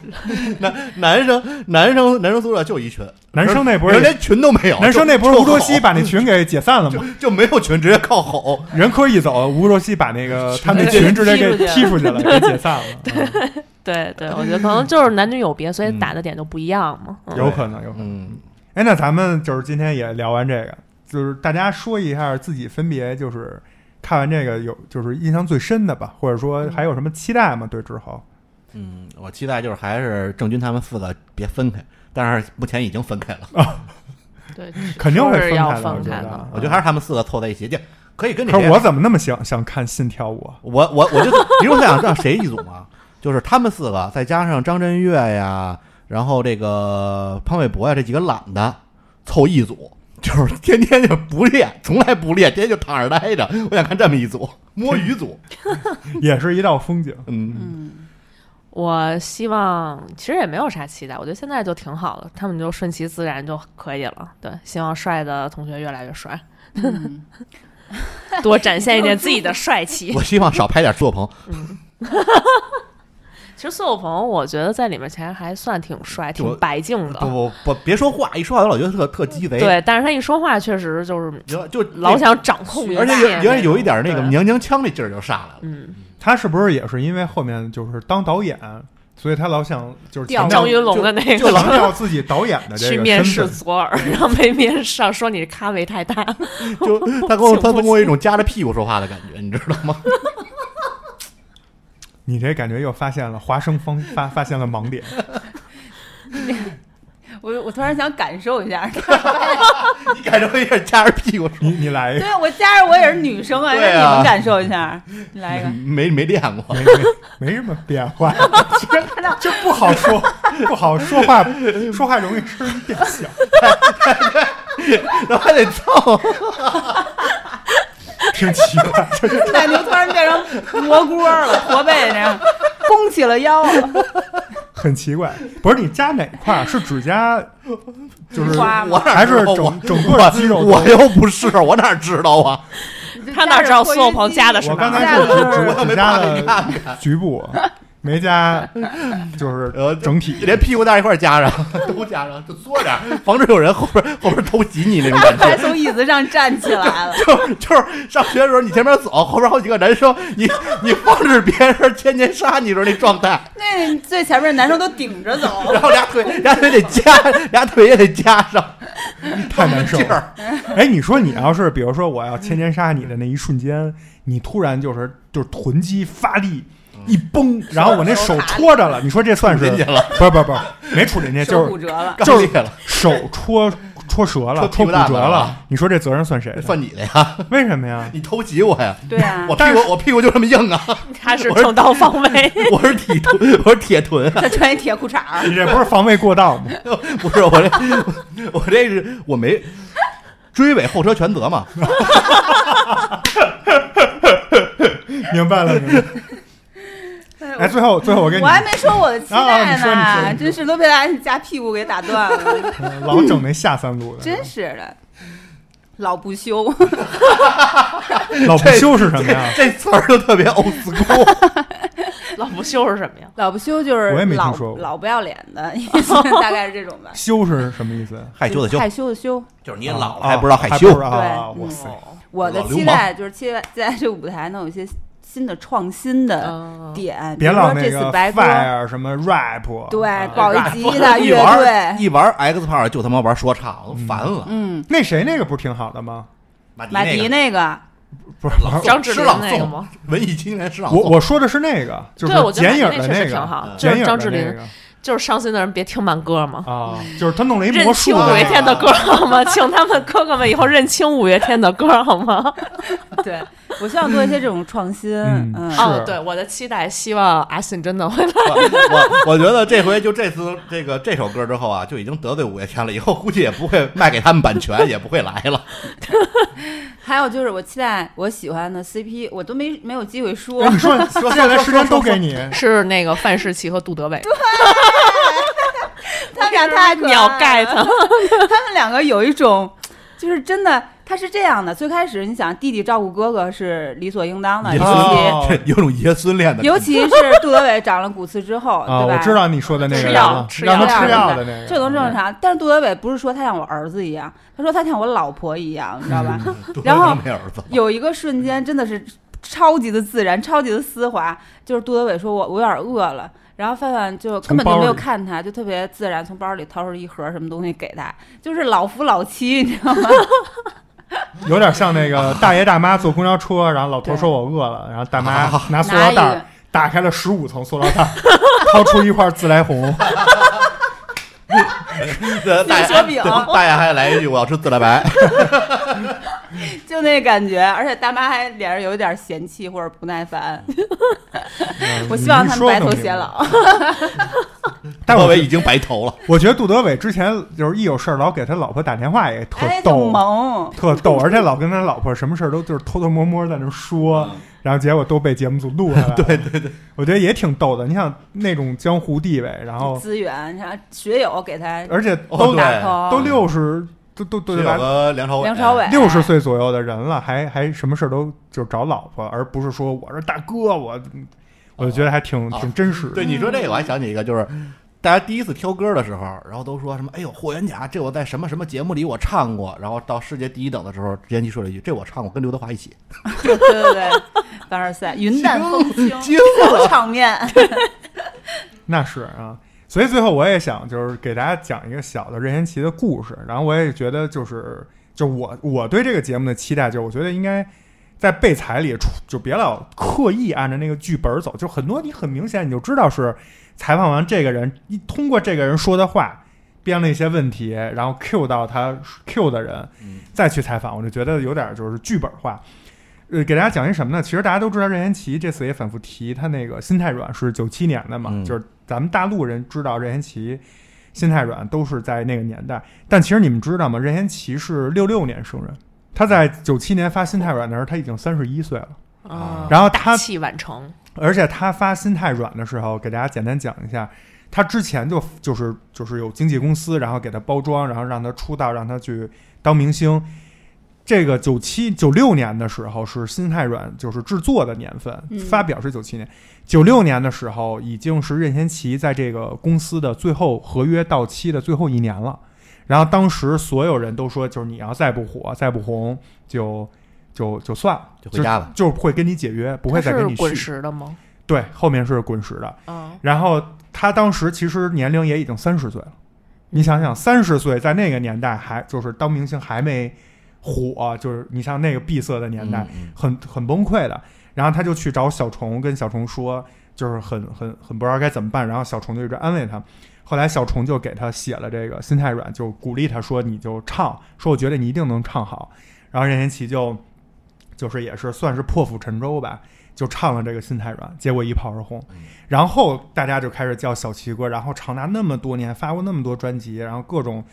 男 男生男生男生宿舍就一群，男生那不是人连群都没有，男生那不是就吴卓羲就把那群给解散了就吗？就没有群，直接靠吼。人科一走，吴卓羲把那个他们那对群直接踢出去给踢出了去了，给解散了。嗯对对，我觉得可能就是男女有别，所以嗯打的点就不一样嘛。嗯有可能，有可能。嗯，哎，那咱们就是今天也聊完这个，就是大家说一下自己分别就是看完这个有就是印象最深的吧，或者嗯说还有什么期待吗？对之后，嗯，我期待就是还是郑钧他们四个别分开，但是目前已经分开了。对，肯定会是分要开的，我分觉开得啊的。。我觉得还是他们四个凑在一起，就可以跟这可些是我怎么那么想想看《信条》 我？我我我就你说我想让谁一组嘛？就是他们四个，再加上张震岳呀，然后这个潘玮柏呀，这几个懒的凑一组，就是天天就不练，从来不练，天天就躺着待着。我想看这么一组摸鱼 组，也是一道风景。嗯，嗯，我希望其实也没有啥期待，我觉得现在就挺好的，他们就顺其自然就可以了。对，希望帅的同学越来越帅，嗯多展现一点自己的帅气。 我希望少拍点苏有朋。其实苏有朋，我觉得在里面其实还算挺帅，就挺白净不的。不不，别说话，一说话我老觉得特特鸡贼。，对，但是他一说话确实就是就就老，想掌控一切，而且有有有一点那个对娘娘腔那劲儿就上来 了。嗯，他是不是也是因为后面就是当导演，所以他老想就是强调张云龙的那个嗯就老 想要自己导演的这个去面试身份左耳，然后没面上，说你咖位太大。就他跟我不行他不跟我有一行种夹着屁股说话的感觉，你知道吗？你这感觉又发现了华生方发发现了盲 点，我我突然想感受 一下，你感觉有点夹着屁股说话你你来一个对啊我加上我也是女生啊，让对啊你们感受 一下，你来一个。没没练过，没没没什么变化，这不好说， 不好说话，说话容易声音变小。然后还 得凑。挺奇怪， 奶牛突然变成蘑菇了，驼背那样，弓起了腰，很奇怪。不是你加哪块儿？是指甲，就是花我吗？哪还是知道整我整个肌肉？我又不是，我哪知道啊？ 他哪知道苏有朋加的是我哪刚儿？才是我指又指没指甲扒开看的局部，没加，就是呃整体。连屁股蛋一块儿夹上， 都夹上，就缩点儿，防止有人后边后边偷袭你那种感觉。还从椅子上站起来了。 就是就是上学的时候，你前面走，后边好几个男生，你你防止别人天天杀你的时候那状态，那最前面男生都顶着 走，然后俩腿俩腿得夹，俩腿也得夹上， 太难受劲儿。哎，你说你要是比如说我要千年杀你的那一瞬间，你突然就是就是臀肌发力。一崩，然后我那手戳着了，你说这算是杵进去了？不是不是不是，没杵进去，手就骨是折了。就刚是裂了，手戳戳折了，戳戳屁股骨蛋折了啊了。你说这责任算谁的？算你的呀，为什么呀？你偷袭我呀。对啊我，屁股我屁股就这么硬啊！他是正当防卫。我是铁臀，我是铁臀，啊他穿一铁裤衩儿你这不是防卫过道吗？ 不是我这我这是我没追尾后车全责嘛，明白了，明白了。哎来，最后最后我跟你我还没说我的期啊待你说你说呢，你说真是都被大家夹屁股给打断了，呃老整那下三路的，真是的，老不休。老不休是什么呀？这词儿就特别 old school，老不休是什么呀？老不休就是我也没听老说过老不要脸的 意思，大概是这种吧。休是什么意思？害羞的羞，害羞的羞。就是你老了啊还不知道害还羞不知道啊！嗯对哇塞，我的老流期氓待就是期待在这个舞台能有一些新的创新的嗯，点，比别如老说那这次个啊白鸽， fire 什么 rap，啊 对，搞一吉他一乐玩队， 一玩 X Part 就他妈玩说唱，我都烦了。嗯，那谁那个不是挺好的吗？马迪马迪那个那个，不是，老张智诗霖朗那个诵吗？ 文艺青年诗朗我诵我说的是那个，就对我是觉得剪影那的确实个，啊挺好剪就是影张的智那霖个就是伤心的人别听慢歌嘛。啊，就是他弄了一魔认术清的五那月个天的歌好吗？请他们哥哥们以后认清五月天的歌好吗？对我希望做 一些这种创新，嗯嗯，是 哦，对，我的期待，希望阿信真的会 来。 我我我觉得这回就这次这个这首歌之后啊，就已经得罪五月天了，以后估计也不会卖给他们版权，也不会来 了。还有就是我期待我喜欢的 CP，我都没没有机会 说哎，，你 说接下来时间都给你，是那个范世琦和杜德伟，他们俩太可爱秒了 get，他们两个有一种，就是真的，他是这样的。最开始你想，弟弟照顾哥哥是理所应当的，也尤是其哦有种爷孙恋的感觉，尤其是杜德伟长了骨刺之后，啊，对吧？我知道你说的那个吃人药了吃让药他吃吃药药的那个，这能正常，但是杜德伟不是说他像我儿子一样，他说他像我老婆一样，你知道嗯吧？嗯多然后他没儿子， 有一个瞬间真的是超级的自然，超级的丝滑，就是杜德伟说我我有点饿了。然后范范就根本就没有看他，就特别自然从包里掏出一盒什么东西给他，就是老夫老妻，你知道吗？ 嗯有点像那个大爷大妈坐公交车，然后老头说我饿了，然后大妈拿塑料袋拿一儿个打开了十五层塑料袋儿，掏出一块自来红， 对大爷小饼对大爷还来一句我要吃自来白，就那感觉，而且大妈还脸上有一点嫌弃或者不耐烦。嗯我希望他你一说们白更头明偕白老。但各我位已经白头了。我觉得杜德伟之前就是一有事儿老给他老婆打电话，也特哎，挺逗，啊萌。特逗，而且老跟他老婆什么事儿都就是偷偷摸摸在那说，嗯然后结果都被节目组录 下来。对对对，我觉得也挺逗的。你想那种江湖地位，然后资源，然后学友给他而且哦哦都、对打 call，都六十都都都是有个梁朝伟，梁朝伟六十岁左右的人了，还还什么事儿都就是找老婆，而不是说我是大哥，我我觉得还挺、哦挺真实的对你说这个，我还想起一个，就是大家第一次挑歌的时候，然后都说什么“哎呦，霍元甲，这我在什么什么节目里我唱过”，然后到世界第一等的时候，直接就说了一句：“这我唱过，跟刘德华一起。对对对，凡尔赛，云淡风轻，惊小场面。那是啊。所以最后我也想就是给大家讲一个小的任贤齐的故事，然后我也觉得就是就我我对这个节目的期待就是我觉得应该。在备材里出，就别老刻意按照那个剧本走，就很多你很明显你就知道是采访完这个人，一通过这个人说的话编了一些问题，然后 Q 到他 Q 的人，嗯再去采访，我就觉得有点就是剧本化。呃，给大家讲一什么呢？其实大家都知道任贤齐这次也反复提他那个心太软是九七年的嘛，嗯就是咱们大陆人知道任贤齐心太软都是在那个年代，但其实你们知道吗？任贤齐是六六年生人，他在九七年发心太软的时候他已经三十一岁了，嗯然后啊他大器晚成，而且他发心太软的时候，给大家简单讲一下，他之前就就是就是有经纪公司，然后给他包装，然后让他出道，让他去当明星。这个九七九六年的时候是心太软就是制作的年份，嗯发表是九七年，九六年的时候已经是任贤齐在这个公司的最后合约到期的最后一年了。然后当时所有人都说，就是你要再不火、再不红，就就就算了，就回家吧就，就会跟你解约，不会再他跟是你续滚。石的吗？对，后面是滚石的。嗯，然后他当时其实年龄也已经三十岁了，你想想，三十岁在那个年代还就是当明星还没火，就是你像那个闭塞的年代，嗯很很崩溃的。然后他就去找小虫，跟小虫说，就是很很很不知道该怎么办。然后小虫就一直安慰他。后来小虫就给他写了这个《心太软》，就鼓励他说：“你就唱，说我觉得你一定能唱好。”然后任贤齐就就是也是算是破釜沉舟吧，就唱了这个《心太软》，结果一炮而红嗯。然后大家就开始叫小齐哥，然后长达那么多年发过那么多专辑，然后各种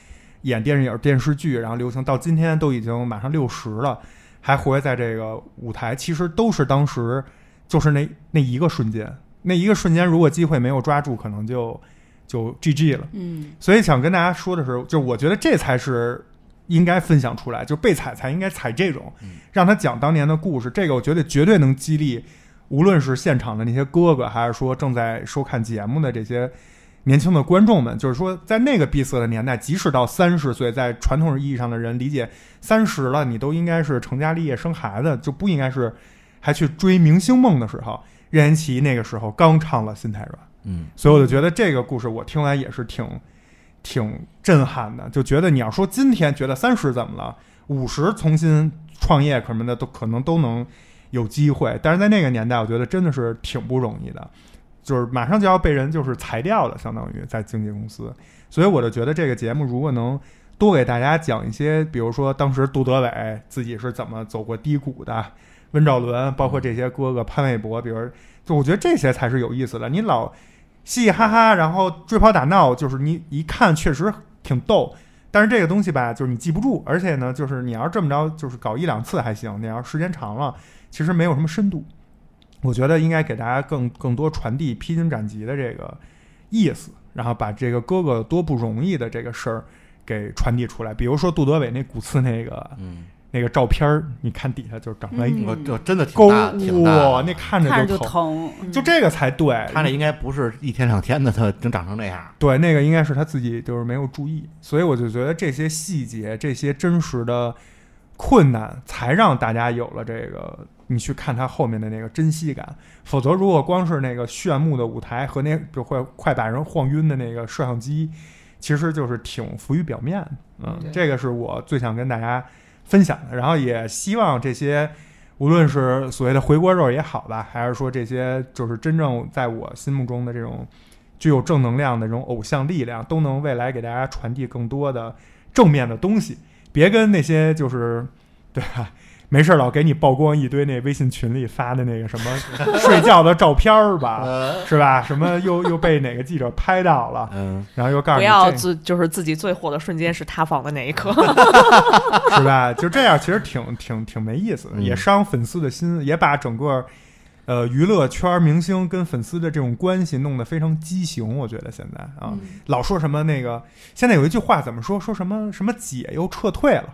演电影、电视剧，然后流行到今天都已经马上六十了，还活跃在这个舞台，其实都是当时就是那那一个瞬间，那一个瞬间，如果机会没有抓住，可能就就 GG 了。嗯所以想跟大家说的是，就是我觉得这才是应该分享出来，就是被踩才应该踩这种嗯，让他讲当年的故事。这个我觉得绝对能激励，无论是现场的那些哥哥，还是说正在收看节目的这些年轻的观众们，就是说在那个闭塞的年代，即使到三十岁，在传统意义上的人理解，三十了你都应该是成家立业、生孩子，就不应该是还去追明星梦的时候。任贤齐那个时候刚唱了《心太软》。嗯，所以我就觉得这个故事我听完也是挺挺震撼的，就觉得你要说今天觉得三十怎么了，五十重新创业什么的都可能都能有机会，但是在那个年代，我觉得真的是挺不容易的，就是马上就要被人就是裁掉了，相当于在经纪公司，所以我就觉得这个节目如果能。多给大家讲一些，比如说当时杜德伟自己是怎么走过低谷的，温兆伦，包括这些哥哥潘玮柏，比如就我觉得这些才是有意思的。你老嘻嘻哈哈，然后追跑打闹，就是你一看确实挺逗。但是这个东西吧，就是你记不住，而且呢，就是你要是这么着，就是搞一两次还行，你要是时间长了，其实没有什么深度。我觉得应该给大家更更多传递披荆斩棘的这个意思，然后把这个哥哥多不容易的这个事儿给传递出来。比如说杜德伟那骨刺那个嗯，那个照片儿，你看底下就是长出来一嗯我这真的沟，挺大，挺大哇，的。那看看着着就疼。疼，就这个才对，他那应该不是一天两天的，他能长成那样。对，那个应该是他自己就是没有注意，所以我就觉得这些细节、这些真实的困难，才让大家有了这个你去看他后面的那个珍惜感。否则，如果光是那个炫目的舞台和那就会快把人晃晕的那个摄像机，其实就是挺浮于表面的。嗯，这个是我最想跟大家分享的，然后也希望这些。无论是所谓的回锅肉也好吧，还是说这些就是真正在我心目中的这种具有正能量的这种偶像力量，都能未来给大家传递更多的正面的东西。别跟那些就是对吧，没事儿老给你曝光一堆那微信群里发的那个什么睡觉的照片儿吧，呃，是吧？什么又又被哪个记者拍到了，嗯，然后又告诉啊不你要这自就是自己最火的瞬间是塌房的那一刻。 是吧？就这样，其实挺挺挺没意思的，嗯也伤粉丝的心，也把整个呃娱乐圈明星跟粉丝的这种关系弄得非常畸形。我觉得现在啊，嗯老说什么那个，现在有一句话怎么说？说什么什么姐又撤退了，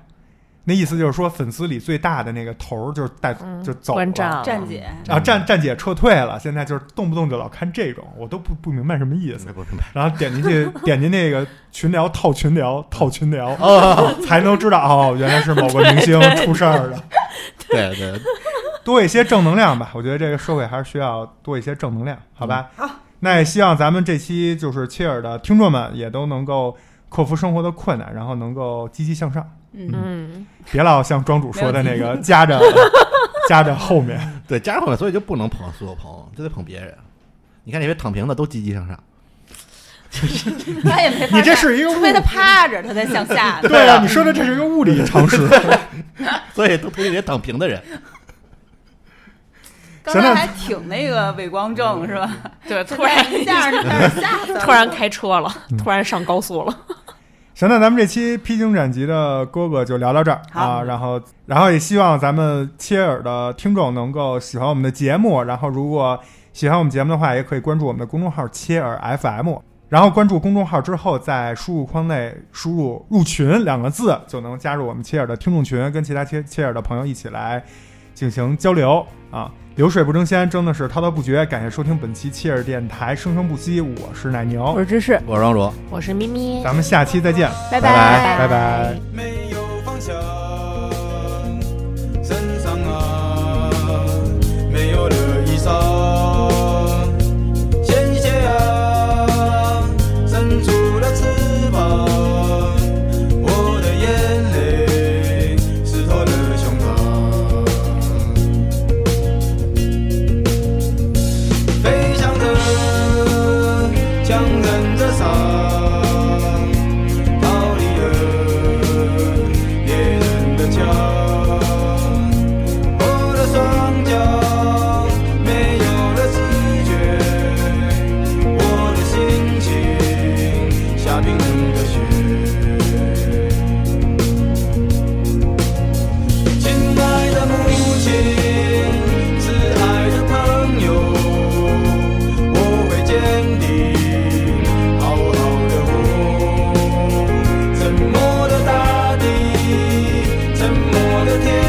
那意思就是说粉丝里最大的那个头儿就是带、嗯就走 观了。战了站姐，啊，站站姐撤退了，现在就是动不动就老看这种，我都不不明白什么意思。不明白。然后点进 去，点进那个群聊套群 聊套群聊，哦、才能知道哦，原来是某个明 星出事儿了。对对，多一些正能量吧，我觉得这个社会还是需要多一些正能量，好吧？ 好，那也希望咱们这期就是切尔的听众们也都能够克服生活的困难，然后能够积极向上，嗯，嗯，别老像庄主说的那个夹着夹着后面。对，加上后面，所以就不能捧苏有朋，就得捧别人。你看那些躺平的都积极向上，他也没法你这看是一个除物。非他趴着，他才向下 对啊，你说的这是一个物理常识。所以都推荐那些躺平的人。刚行才那还挺那个伪光正是吧？对，突 突然然一下，你开始吓死了。 突然开车了，嗯突然上高速了。行，那咱们这期披荆斩棘的哥哥就聊到这儿啊，然后然后也希望咱们切耳的听众能够喜欢我们的节目，然后如果喜欢我们节目的话，也可以关注我们的公众号切耳 FM，然后关注公众号之后，在输入框内输入“入群”两个字，就能加入我们切耳的听众群，跟其他切切耳的朋友一起来进行交流啊。流水不争先，争的是滔滔不绝。感谢收听本期切耳电台，生生不息。我是奶牛，是芝士，我是庄主，我是咪咪，咱们下期再见，拜拜拜拜。没有方向，身上啊没有了衣裳，鲜血啊伸出了翅膀，我的眼泪湿透了胸膛，飞翔着，强忍着伤。逃离了烈日天。